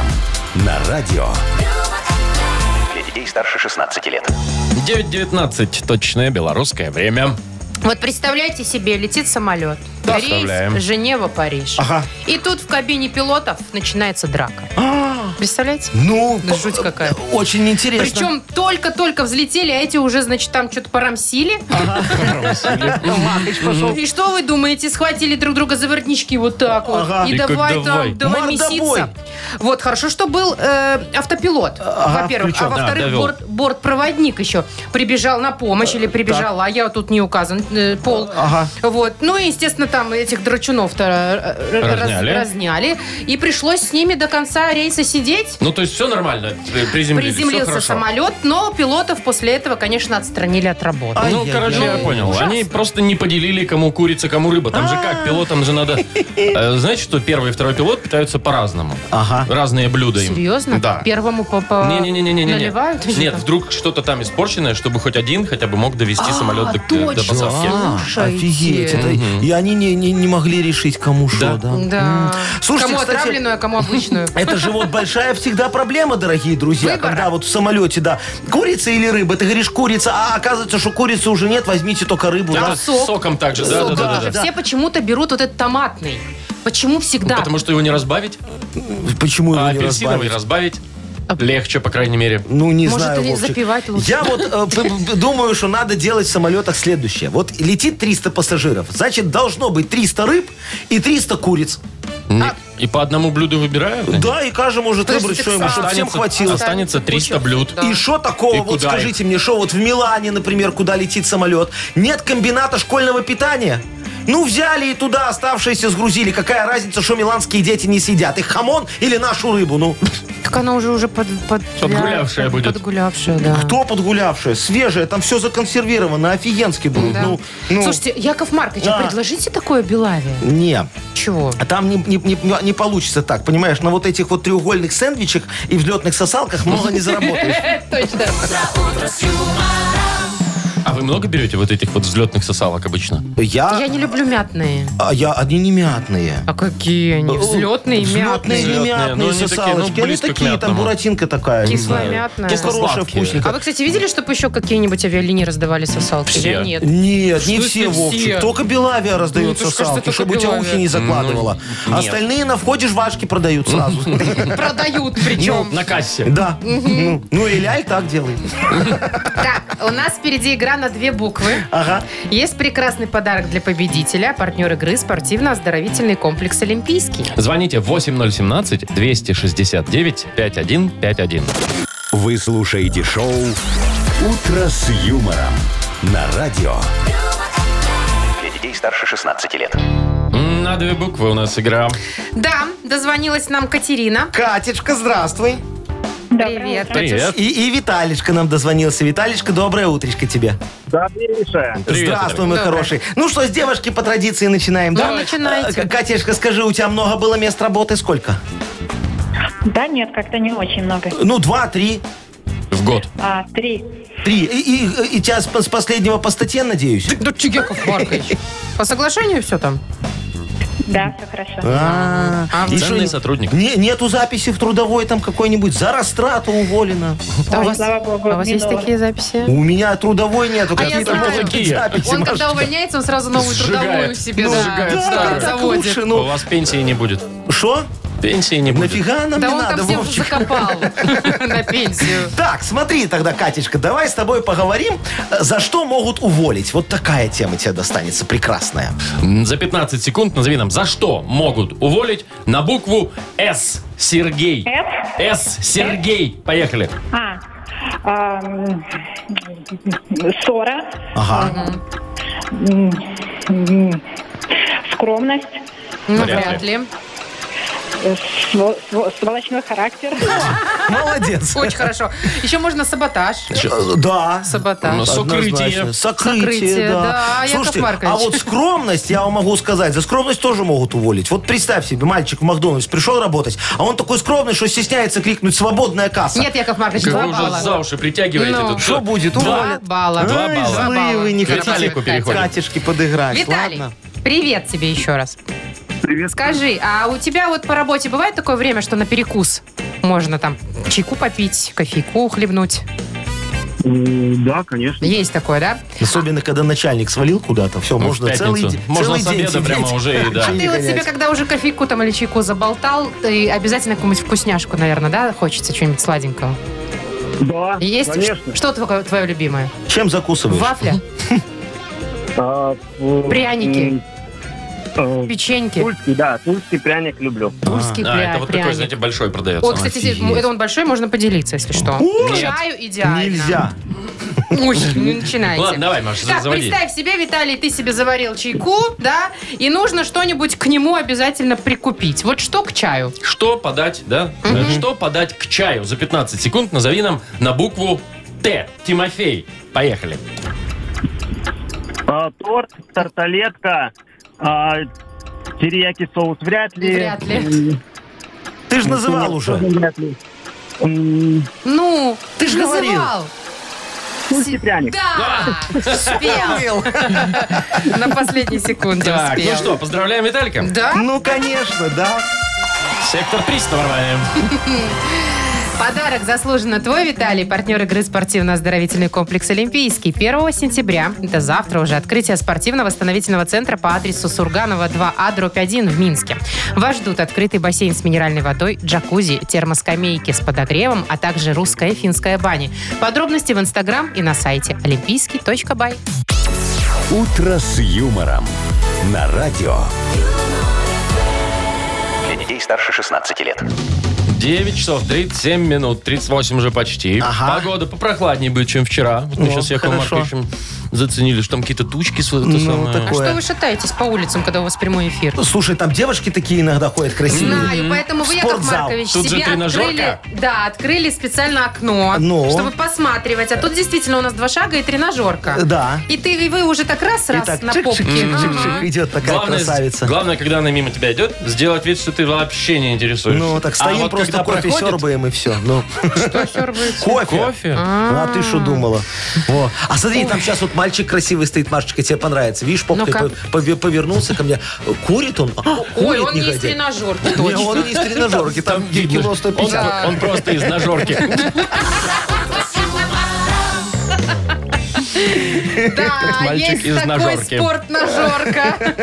Speaker 1: на радио.
Speaker 5: Для детей старше 16 лет.
Speaker 2: 9.19. Точное белорусское время.
Speaker 3: Вот представляете себе, летит самолет.
Speaker 2: Представляем.
Speaker 3: Рейс Женева, Париж.
Speaker 4: Ага.
Speaker 3: И тут в кабине пилотов начинается драка. Представляете?
Speaker 4: Ну,
Speaker 3: Да жуть какая.
Speaker 4: Очень интересно.
Speaker 3: Причем только-только взлетели, а эти уже, значит, там что-то порамсили. Ну, И что вы думаете? Схватили друг друга за воротнички вот так вот.
Speaker 4: Ага.
Speaker 3: И
Speaker 2: И как
Speaker 3: давай
Speaker 2: давай.
Speaker 3: там, давай
Speaker 4: Мордобой.
Speaker 3: меситься. Вот, хорошо, что был э, автопилот,
Speaker 4: Ага,
Speaker 3: во-первых. А
Speaker 4: причем?
Speaker 2: Да,
Speaker 3: во-вторых,
Speaker 2: довел.
Speaker 3: борт, бортпроводник еще прибежал на помощь или прибежала, а я тут не указан, э, пол.
Speaker 4: Э, Ага.
Speaker 3: Вот. Ну и, естественно, там этих драчунов-то э, раз-
Speaker 2: Разняли.
Speaker 3: разняли. И пришлось с ними до конца рейса сидеть.
Speaker 2: Ну, то есть все нормально. При- Приземлились. всё
Speaker 3: Приземлился
Speaker 2: хорошо.
Speaker 3: самолет, но пилотов после этого, конечно, отстранили от работы.
Speaker 4: А,
Speaker 2: Ну,
Speaker 4: Ай-яй-яй.
Speaker 2: короче, я понял. Они просто не поделили, кому курица, кому рыба. Там же как, пилотам же надо... Э, Знаете, что первый и второй пилот питаются по-разному.
Speaker 4: Ага.
Speaker 2: Разные блюда им.
Speaker 3: Серьезно?
Speaker 2: Да.
Speaker 3: Первому по, по-
Speaker 2: Не-не-не-не-не.
Speaker 3: наливают? или
Speaker 2: Нет,
Speaker 3: что?
Speaker 2: вдруг что-то там испорченное, чтобы хоть один хотя бы мог довести самолет до,
Speaker 3: А, точно.
Speaker 2: до посадки.
Speaker 4: А,
Speaker 3: Слушайте.
Speaker 4: офигеть. это- И они не, не, не могли решить, кому что, да?
Speaker 3: Да.
Speaker 4: Слушайте,
Speaker 3: кому
Speaker 4: кстати,
Speaker 3: отравленную, а кому обычную.
Speaker 4: Это же вот большая всегда проблема, дорогие друзья,
Speaker 3: Выбора.
Speaker 4: когда вот в самолете, да, курица или рыба, ты говоришь курица, а оказывается, что курицы уже нет, возьмите только рыбу.
Speaker 2: Да,
Speaker 4: да?
Speaker 2: с
Speaker 3: А сок.
Speaker 2: соком также, да, да,
Speaker 3: Сок
Speaker 2: да,
Speaker 3: тоже.
Speaker 2: да, да.
Speaker 3: Все почему-то берут вот этот томатный. Почему всегда?
Speaker 2: Потому что его не разбавить,
Speaker 4: Почему его
Speaker 2: а
Speaker 4: не
Speaker 2: апельсиновый
Speaker 4: разбавить?
Speaker 2: разбавить
Speaker 3: А
Speaker 2: легче, по крайней мере.
Speaker 4: Ну, не
Speaker 3: Может,
Speaker 4: знаю,
Speaker 3: или
Speaker 4: Вовчик.
Speaker 3: запивать лучше.
Speaker 4: Я вот э, п- п- думаю, что надо делать в самолетах следующее. Вот летит 300 пассажиров, значит, должно быть 300 рыб и 300 куриц.
Speaker 2: Не- И по одному блюду выбирают? они?
Speaker 4: А. Да, и каждый может
Speaker 3: То есть
Speaker 4: выбрать,
Speaker 3: ты
Speaker 4: что ему,
Speaker 3: сам-
Speaker 4: чтобы всем
Speaker 2: Останется-
Speaker 4: хватило.
Speaker 2: Останется 300
Speaker 3: Куча.
Speaker 2: блюд.
Speaker 3: Да.
Speaker 4: И что такого?
Speaker 2: И
Speaker 4: вот
Speaker 2: куда
Speaker 4: скажите мне, что вот в Милане, например, куда летит самолет, нет комбината школьного питания? Ну, взяли и туда оставшиеся сгрузили. Какая разница, что миланские дети не съедят? Их хамон или нашу рыбу? Ну,
Speaker 3: Так она уже уже под, под-
Speaker 2: Подгулявшая будет.
Speaker 3: Подгулявшая, да.
Speaker 4: кто подгулявшая? Свежая, там все законсервировано, офигенски будет.
Speaker 3: Да.
Speaker 4: Ну, ну,
Speaker 3: Слушайте, Яков Маркович, а
Speaker 4: Да.
Speaker 3: предложите такое Белавия.
Speaker 4: не.
Speaker 3: Чего?
Speaker 4: А Там не, не- не- не получится так, понимаешь? На вот этих вот треугольных сэндвичах и взлетных сосалках много не заработаешь.
Speaker 3: Точно.
Speaker 2: А вы много берете вот этих вот взлетных сосалок обычно?
Speaker 3: А Я
Speaker 4: Я...
Speaker 3: не люблю мятные.
Speaker 4: а Я... Они не мятные.
Speaker 3: А какие они? Взлетные,
Speaker 4: Взлетные,
Speaker 3: мятные.
Speaker 4: не
Speaker 2: Взлетные,
Speaker 4: мятные
Speaker 2: но они такие, ну,
Speaker 4: сосалочки. Они
Speaker 2: близко к
Speaker 4: такие, там
Speaker 2: мятному.
Speaker 4: буратинка такая. не знаю.
Speaker 3: Кисломятная.
Speaker 4: Хорошая,
Speaker 2: Кисло-сладкие.
Speaker 3: А
Speaker 4: вкусненькая.
Speaker 3: вы, кстати, видели, чтобы еще какие-нибудь авиалинии раздавали сосалки?
Speaker 2: Все.
Speaker 3: Я
Speaker 4: А,
Speaker 3: нет.
Speaker 4: Нет, не
Speaker 3: Что
Speaker 4: ну, все,
Speaker 3: если
Speaker 4: Вовчик.
Speaker 3: все?
Speaker 4: Только Белавия раздает
Speaker 3: Ну, ты ж скажешь,
Speaker 4: сосалки,
Speaker 3: что
Speaker 4: чтобы у
Speaker 3: только
Speaker 4: тебя ухи не
Speaker 3: Белавия.
Speaker 4: закладывала.
Speaker 2: нет.
Speaker 4: Остальные на входе жвачки продают сразу.
Speaker 3: Продают причем.
Speaker 2: Ну, На кассе.
Speaker 4: Да. Ну, ну и Ляль так делает.
Speaker 3: Так, у нас впереди игра на две буквы.
Speaker 4: Ага.
Speaker 3: Есть прекрасный подарок для победителя. Партнер игры спортивно-оздоровительный комплекс «Олимпийский».
Speaker 2: Звоните 8017-269-5151.
Speaker 1: Вы слушаете шоу «Утро с юмором» на радио.
Speaker 5: Для детей старше 16 лет.
Speaker 2: М, На две буквы у нас игра.
Speaker 3: Да, дозвонилась нам Катерина.
Speaker 4: Катечка, здравствуй.
Speaker 3: Привет.
Speaker 2: Привет.
Speaker 4: И, и Виталичка нам дозвонился. Виталичка, доброе утречко тебе.
Speaker 6: Да, Миша.
Speaker 2: Привет,
Speaker 4: Здравствуй,
Speaker 2: Виталик.
Speaker 4: мой
Speaker 3: Доброе.
Speaker 4: хороший. Ну что, с девушки по традиции начинаем,
Speaker 3: Ну,
Speaker 4: да?
Speaker 3: начинайте.
Speaker 4: Э, Катечка, скажи, у тебя много было мест работы? Сколько?
Speaker 9: Да нет, как-то не очень много.
Speaker 4: Ну, два, три.
Speaker 2: В год.
Speaker 9: А, три.
Speaker 4: Три. И, и- и тебя с, с последнего по статье, надеюсь?
Speaker 3: Да ты Яков Маркович. По соглашению все там?
Speaker 9: Да, все хорошо.
Speaker 4: А,
Speaker 3: А,
Speaker 4: и
Speaker 2: ценный
Speaker 4: что,
Speaker 2: сотрудник.
Speaker 4: не- нету записи в трудовой там какой-нибудь за растрату уволена.
Speaker 3: А у
Speaker 9: Ой,
Speaker 3: вас,
Speaker 9: слава богу,
Speaker 3: а у вас есть
Speaker 9: минуло.
Speaker 3: такие записи?
Speaker 4: У меня трудовой нету,
Speaker 3: А я
Speaker 4: какие-то
Speaker 3: знаю.
Speaker 4: могут быть записи.
Speaker 3: Он когда
Speaker 4: Машечка.
Speaker 3: увольняется, он сразу новую
Speaker 2: Сжигает.
Speaker 3: трудовую себе
Speaker 2: Ну,
Speaker 3: да,
Speaker 2: сжигает
Speaker 3: на
Speaker 2: старую.
Speaker 4: Так
Speaker 3: заводе.
Speaker 4: лучше,
Speaker 2: У
Speaker 4: ну.
Speaker 2: вас пенсии не будет.
Speaker 4: Что?
Speaker 2: Пенсии не будет.
Speaker 4: Нафига нам
Speaker 3: Да
Speaker 4: не
Speaker 3: он там
Speaker 4: надо,
Speaker 3: всех
Speaker 4: Вовчик?
Speaker 3: закопал на пенсию.
Speaker 4: Так, смотри тогда, Катечка, давай с тобой поговорим, э, за что могут уволить. Вот такая тема тебе достанется прекрасная.
Speaker 2: М, За 15 секунд назови нам, за что могут уволить на букву С. Сергей.
Speaker 9: С?
Speaker 2: С. Сергей. Поехали.
Speaker 9: А, А, м, ссора,
Speaker 4: Ага.
Speaker 9: м, м, скромность,
Speaker 3: Ну,
Speaker 2: Вряд
Speaker 3: вряд ли.
Speaker 9: э, сво- сво- сволочной характер.
Speaker 4: Молодец.
Speaker 3: Очень хорошо. Еще можно саботаж.
Speaker 4: Э, Да.
Speaker 3: Саботаж.
Speaker 2: С укрытием.
Speaker 4: Однозначно. Сокрытие,
Speaker 3: Сокрытие, да,
Speaker 4: да.
Speaker 3: Яков
Speaker 4: Слушайте,
Speaker 3: Маркович.
Speaker 4: а вот скромность, я вам могу сказать, за скромность тоже могут уволить. Вот представь себе, мальчик в Макдональдс пришел работать, а он такой скромный, что стесняется крикнуть «свободная касса».
Speaker 3: Нет, Яков Маркович,
Speaker 2: Как
Speaker 3: два
Speaker 2: вы уже за
Speaker 3: балла.
Speaker 2: уши притягиваете
Speaker 3: Ну.
Speaker 2: тут.
Speaker 4: Что будет?
Speaker 3: Два
Speaker 4: Уволят.
Speaker 3: балла.
Speaker 2: Два
Speaker 4: Ай,
Speaker 2: балла.
Speaker 4: злые вы, не
Speaker 2: К Виталику
Speaker 4: хотите
Speaker 2: переходим.
Speaker 4: катишки подыграть.
Speaker 3: Виталий,
Speaker 4: Ладно.
Speaker 3: привет тебе еще раз.
Speaker 6: Привет.
Speaker 3: Скажи, а у тебя вот по работе бывает такое время, что на перекус можно там чайку попить, кофейку хлебнуть?
Speaker 6: Да, конечно.
Speaker 3: Есть такое, да?
Speaker 4: Особенно, когда начальник свалил куда-то. Все,
Speaker 2: Ну, в
Speaker 4: можно
Speaker 2: пятницу.
Speaker 4: целый день.
Speaker 2: Можно
Speaker 4: целый
Speaker 2: с
Speaker 4: день
Speaker 2: обеда
Speaker 4: сидеть.
Speaker 2: прямо уже и да.
Speaker 4: Чай
Speaker 3: Ты вот
Speaker 4: гонять.
Speaker 3: себе, когда уже кофейку там или чайку заболтал, ты обязательно какую-нибудь вкусняшку, наверное, да, хочется чего-нибудь сладенького.
Speaker 6: Да,
Speaker 3: Есть
Speaker 6: конечно.
Speaker 3: ш- что твое, твое любимое?
Speaker 4: Чем закусываешь?
Speaker 3: Вафля,
Speaker 7: А, м,
Speaker 3: Пряники.
Speaker 7: м, э,
Speaker 3: печеньки,
Speaker 7: Тульский, да, тульский пряник люблю.
Speaker 3: тульский
Speaker 2: А, это
Speaker 3: пря-
Speaker 2: вот такой,
Speaker 3: пряник.
Speaker 2: знаете, большой продается.
Speaker 3: Ой, кстати,
Speaker 4: Офигеть.
Speaker 3: это он большой, можно поделиться, если что.
Speaker 4: О,
Speaker 3: Чаю идеально.
Speaker 4: Нельзя.
Speaker 3: Ой, не начинайте.
Speaker 2: Ладно, давай, Маша,
Speaker 3: Так,
Speaker 2: заводи.
Speaker 3: представь себе, Виталий, ты себе заварил чайку, да, и нужно что-нибудь к нему обязательно прикупить. Вот что к чаю?
Speaker 2: Что подать, да? Что подать к чаю за 15 секунд? Назови нам на букву Т. Тимофей. Поехали.
Speaker 6: А, торт, тарталетка, а, терияки соус вряд
Speaker 7: Э,
Speaker 6: ли.
Speaker 3: Вряд ли.
Speaker 4: Ты же называл уже.
Speaker 6: Вряд ли. М,
Speaker 3: Ну, ты
Speaker 4: ж говорил.
Speaker 3: называл.
Speaker 6: Тульский пряник.
Speaker 3: Да, успел. На последней секунде
Speaker 2: Так, ну
Speaker 3: успел.
Speaker 2: что, поздравляем Виталика.
Speaker 3: Да,
Speaker 4: Ну, конечно, да.
Speaker 2: Сектор приз товарваем.
Speaker 3: подарок заслуженно твой, Виталий, партнер игры спортивно-оздоровительный комплекс «Олимпийский». 1 сентября, это завтра уже, открытие спортивно-восстановительного центра по адресу Сурганова 2А, дробь 1 в Минске. Вас ждут открытый бассейн с минеральной водой, джакузи, термоскамейки с подогревом, а также русская и финская бани. Подробности в Инстаграм и на сайте олимпийский.бай.
Speaker 1: «Утро с юмором» на радио.
Speaker 5: Для детей старше 16 лет.
Speaker 2: 9 часов 37 минут, 38 уже почти.
Speaker 4: Ага.
Speaker 2: Погода попрохладнее будет, чем вчера. Вот мы
Speaker 4: О,
Speaker 2: сейчас с Яковом
Speaker 4: хорошо.
Speaker 2: Марковичем заценили, что там какие-то тучки. с- это
Speaker 4: Ну,
Speaker 2: самое.
Speaker 4: такое.
Speaker 3: А Что вы шатаетесь по улицам, когда у вас прямой эфир?
Speaker 4: Слушай, там девушки такие иногда ходят красивые.
Speaker 3: Знаю, поэтому вы, Яков
Speaker 4: Спортзал.
Speaker 3: Маркович,
Speaker 2: Тут же
Speaker 3: себе
Speaker 2: тренажерка.
Speaker 3: открыли, да, открыли специально окно,
Speaker 4: Ну.
Speaker 3: чтобы посматривать. А тут действительно у нас два шага и тренажерка.
Speaker 4: Э, Да.
Speaker 3: И ты и вы уже так раз,
Speaker 4: И
Speaker 3: раз
Speaker 4: так
Speaker 3: на
Speaker 4: чик-чик-чик-чик-чик
Speaker 3: попке. Ага.
Speaker 4: идет такая красавица.
Speaker 2: главное, когда она мимо тебя идет, сделать вид, что ты вообще не интересуешься.
Speaker 4: Ну, так стоим,
Speaker 2: а вот
Speaker 4: просто
Speaker 2: когда
Speaker 4: кофе
Speaker 2: проходит,
Speaker 4: сербаем и все. Ну, кофе.
Speaker 2: Кофе?
Speaker 4: Ну, а ты что думала? Во. А смотри, там сейчас вот мальчик красивый стоит, Машечка, тебе понравится. Видишь, попкой
Speaker 3: Ну-ка.
Speaker 4: по- пове- повернулся ко мне. Курит он? А,
Speaker 3: Ой,
Speaker 4: Курит,
Speaker 3: он не из
Speaker 4: негодяй.
Speaker 3: тренажерки,
Speaker 4: Не,
Speaker 3: точно.
Speaker 4: он не из тренажерки, там
Speaker 2: видно,
Speaker 4: кило
Speaker 2: что он,
Speaker 4: 150.
Speaker 2: он просто из ножорки.
Speaker 3: Да,
Speaker 2: мальчик
Speaker 3: есть
Speaker 2: из
Speaker 3: такой
Speaker 2: ножорки.
Speaker 3: спорт-ножорка.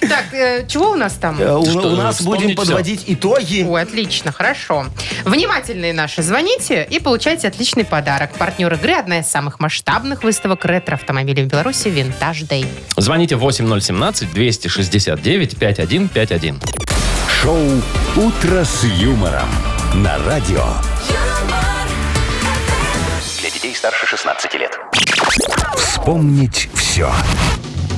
Speaker 3: Так, э, чего у нас там?
Speaker 4: Э, У,
Speaker 2: Что,
Speaker 4: у нас
Speaker 2: вспомнить
Speaker 4: будем
Speaker 2: всё.
Speaker 4: подводить итоги.
Speaker 3: Ой, отлично, хорошо. Внимательные наши, звоните и получайте отличный подарок. Партнер игры – одна из самых масштабных выставок ретро-автомобилей в Беларуси «Винтаж Дэй».
Speaker 2: Звоните 8017-269-5151.
Speaker 1: Шоу «Утро с юмором» на радио.
Speaker 5: Для детей старше 16 лет.
Speaker 1: Вспомнить все.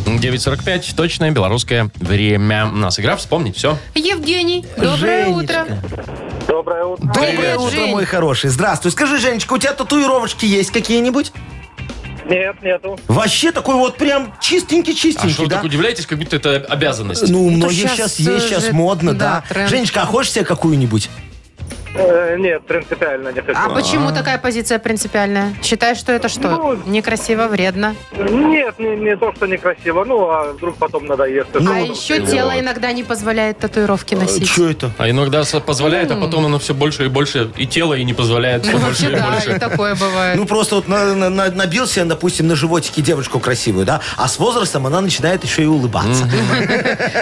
Speaker 2: 9.45, точное белорусское время. У нас игра «Вспомнить все».
Speaker 3: Евгений, доброе утро.
Speaker 4: Женечка.
Speaker 7: Доброе утро.
Speaker 4: Доброе утро,
Speaker 3: Жень.
Speaker 4: мой хороший. Здравствуй. Скажи, Женечка, у тебя татуировочки есть какие-нибудь?
Speaker 7: Нет, нету.
Speaker 4: Вообще такой вот прям
Speaker 2: А что
Speaker 4: чистенький-чистенький,
Speaker 2: вы
Speaker 4: да?
Speaker 2: так удивляетесь, как будто это обязанность?
Speaker 4: Ну, у
Speaker 3: Это
Speaker 4: многих
Speaker 3: щас,
Speaker 4: сейчас есть,
Speaker 3: э,
Speaker 4: сейчас
Speaker 3: же-
Speaker 4: модно,
Speaker 3: да,
Speaker 4: да.
Speaker 3: тренд.
Speaker 4: Женечка, а хочешь себе какую-нибудь?
Speaker 7: Э, нет, принципиально не хочу.
Speaker 3: А почему такая позиция принципиальная? Считаешь, что это что? Некрасиво, вредно.
Speaker 7: Нет, не, не то, что некрасиво. Ну, а вдруг потом надоест.
Speaker 3: а
Speaker 4: Ну, вот
Speaker 3: еще
Speaker 2: вот.
Speaker 3: тело иногда не позволяет татуировки носить.
Speaker 4: Что это?
Speaker 2: А иногда со- позволяет, а потом оно все больше и больше, и тело и не позволяет все
Speaker 3: Ну,
Speaker 2: больше
Speaker 3: вообще,
Speaker 2: и
Speaker 3: да, и
Speaker 2: больше.
Speaker 3: такое бывает.
Speaker 4: Ну, просто вот на- на- на- набил себе, допустим, на животике девочку красивую, да, а с возрастом она начинает еще и улыбаться.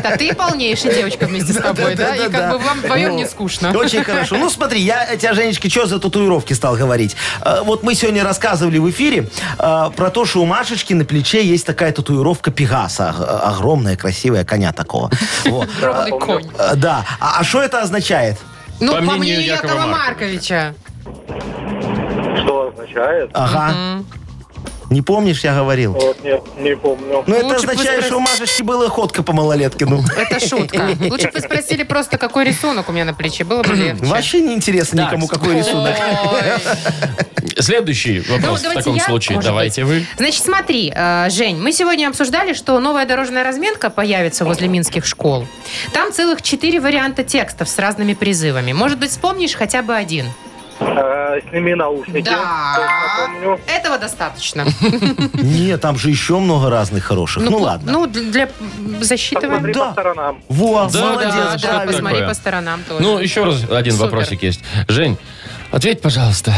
Speaker 3: Да ты полнейшая девочка вместе с тобой, да? И как бы вам вдвоем
Speaker 4: Ну,
Speaker 3: не скучно.
Speaker 4: Очень хорошо. Ну, смотри, я тебя, Женечка, что за татуировки стал говорить? Э, Вот мы сегодня рассказывали в эфире э, про то, что у Машечки на плече есть такая татуировка Пегаса. Ог- Огромная, красивая, коня такого. Вот.
Speaker 3: Огромный конь.
Speaker 4: Э, Да. А что это означает?
Speaker 3: Ну,
Speaker 2: По
Speaker 3: по
Speaker 2: мнению
Speaker 3: мнению
Speaker 2: Якова
Speaker 3: Якова Марковича.
Speaker 7: Что означает?
Speaker 4: Ага. Не помнишь, я говорил?
Speaker 7: Вот нет, не помню.
Speaker 4: Ну, это
Speaker 3: Лучше бы
Speaker 4: означает,
Speaker 3: спросить.
Speaker 4: что у Машечки была ходка по малолетке. Ну.
Speaker 3: Это шутка. Лучше бы вы спросили просто, какой рисунок у меня на плече. Было бы легче.
Speaker 4: Вообще не интересно
Speaker 2: Так,
Speaker 4: никому,
Speaker 3: типа,
Speaker 4: какой рисунок.
Speaker 3: э.
Speaker 2: Следующий вопрос в
Speaker 3: Ну, давайте
Speaker 2: таком
Speaker 3: я,
Speaker 2: случае.
Speaker 3: может
Speaker 2: Давайте
Speaker 3: быть.
Speaker 2: вы.
Speaker 3: Значит, смотри, э, Жень, мы сегодня обсуждали, что новая дорожная разметка появится возле минских школ. Там целых четыре варианта текстов с разными призывами. Может быть, вспомнишь хотя бы один?
Speaker 6: Ну.
Speaker 7: Э, сними наушники. Э,
Speaker 3: Да.
Speaker 7: Помню.
Speaker 3: Этого достаточно.
Speaker 4: Не, там же еще много разных хороших. Ну ладно.
Speaker 3: Ну, для засчитываем.
Speaker 7: Посмотри
Speaker 4: Да.
Speaker 7: по сторонам.
Speaker 4: Во,
Speaker 2: Да,
Speaker 3: Да,
Speaker 4: молодец,
Speaker 2: что-то
Speaker 3: да,
Speaker 4: правильно.
Speaker 3: посмотри
Speaker 2: такое.
Speaker 3: по сторонам тоже.
Speaker 2: Ну, еще раз один
Speaker 3: Супер.
Speaker 2: вопросик есть. Жень, ответь, пожалуйста,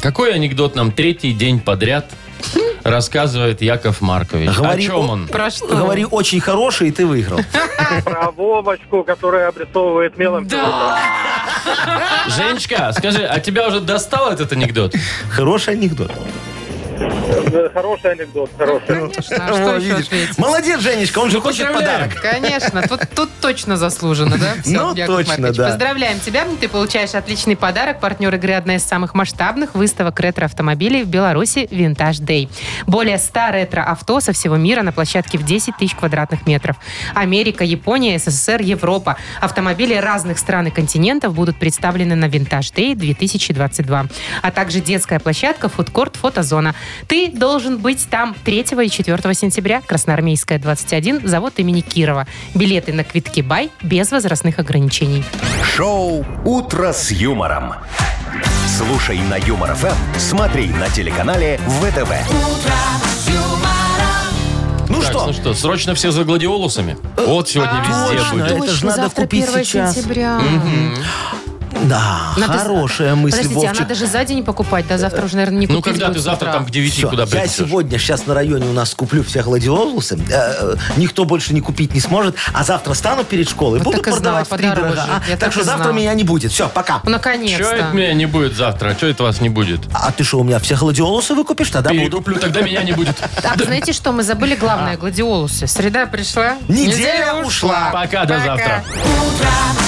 Speaker 2: какой анекдот нам третий день подряд рассказывает Яков Маркович? О
Speaker 4: Говори
Speaker 2: чем
Speaker 4: о-
Speaker 2: он?
Speaker 3: Про что?
Speaker 4: Ну, Говори очень хороший, и ты выиграл.
Speaker 7: Про Вовочку, которая обрисовывает мелом.
Speaker 3: Да.
Speaker 2: Женечка, скажи, а тебя уже достал этот анекдот?
Speaker 4: Хороший анекдот.
Speaker 7: Э, Хороший анекдот, хороший.
Speaker 3: Конечно, а что
Speaker 4: Во,
Speaker 3: еще
Speaker 4: видишь.
Speaker 3: ответить?
Speaker 4: Молодец, Женечка, он же хочет
Speaker 2: поздравляем.
Speaker 4: подарок.
Speaker 3: Конечно, тут, тут точно заслужено, да? Всё,
Speaker 4: Ну,
Speaker 3: Яков
Speaker 4: точно,
Speaker 3: Маркович,
Speaker 4: да.
Speaker 3: Поздравляем тебя, ты получаешь отличный подарок. Партнер игры одна из самых масштабных выставок ретро-автомобилей в Беларуси «Винтаж Дэй». Более 100 ретро-авто со всего мира на площадке в 10 тысяч квадратных метров. Америка, Япония, СССР, Европа. Автомобили разных стран и континентов будут представлены на «Винтаж Дэй 2022». А также детская площадка, фудкорт, фотозона. Ты должен быть там 3 и 4 сентября. Красноармейская, 21, завод имени Кирова. Билеты на квитки «Бай» без возрастных ограничений.
Speaker 1: Шоу «Утро с юмором». Слушай на Юмор ФМ, смотри на телеканале ВТВ.
Speaker 4: Ну
Speaker 2: Так,
Speaker 4: что,
Speaker 2: ну что, срочно все за гладиолусами? Вот
Speaker 3: А,
Speaker 2: сегодня везде
Speaker 4: точно,
Speaker 2: будет.
Speaker 4: Это ж надо купить сейчас.
Speaker 3: сентября.
Speaker 4: да,
Speaker 3: Надо-
Speaker 4: хорошая мысль,
Speaker 3: Подождите, а
Speaker 4: Вовчик.
Speaker 3: надо же за день покупать, да? Завтра уже, наверное, не
Speaker 2: Ну,
Speaker 3: купить
Speaker 2: когда
Speaker 3: будет
Speaker 2: ты
Speaker 3: с
Speaker 2: завтра
Speaker 3: утра.
Speaker 2: там к девяти
Speaker 4: Всё,
Speaker 2: куда
Speaker 4: я
Speaker 2: придешь?
Speaker 4: сегодня сейчас на районе у нас куплю все гладиолусы. э, э, никто больше не купить не сможет. А завтра стану перед школой.
Speaker 3: Вот
Speaker 4: Буду
Speaker 3: Ну, так и знала,
Speaker 4: продавать в три
Speaker 3: подарок
Speaker 4: дорога.
Speaker 3: уже. Я так
Speaker 4: так что
Speaker 3: и
Speaker 4: завтра
Speaker 3: знала.
Speaker 4: меня не будет. Все, пока.
Speaker 3: Ну,
Speaker 2: Че это
Speaker 3: наконец-то.
Speaker 2: меня не будет завтра? Че это вас не будет?
Speaker 4: А ты что, у меня все гладиолусы выкупишь? Тогда буду.
Speaker 2: Перекуплю, тогда меня не будет.
Speaker 3: Так, знаете что, мы забыли главное, гладиолусы. Среда пришла.
Speaker 4: Неделя ушла.
Speaker 2: Пока, до завтра.
Speaker 3: Пока.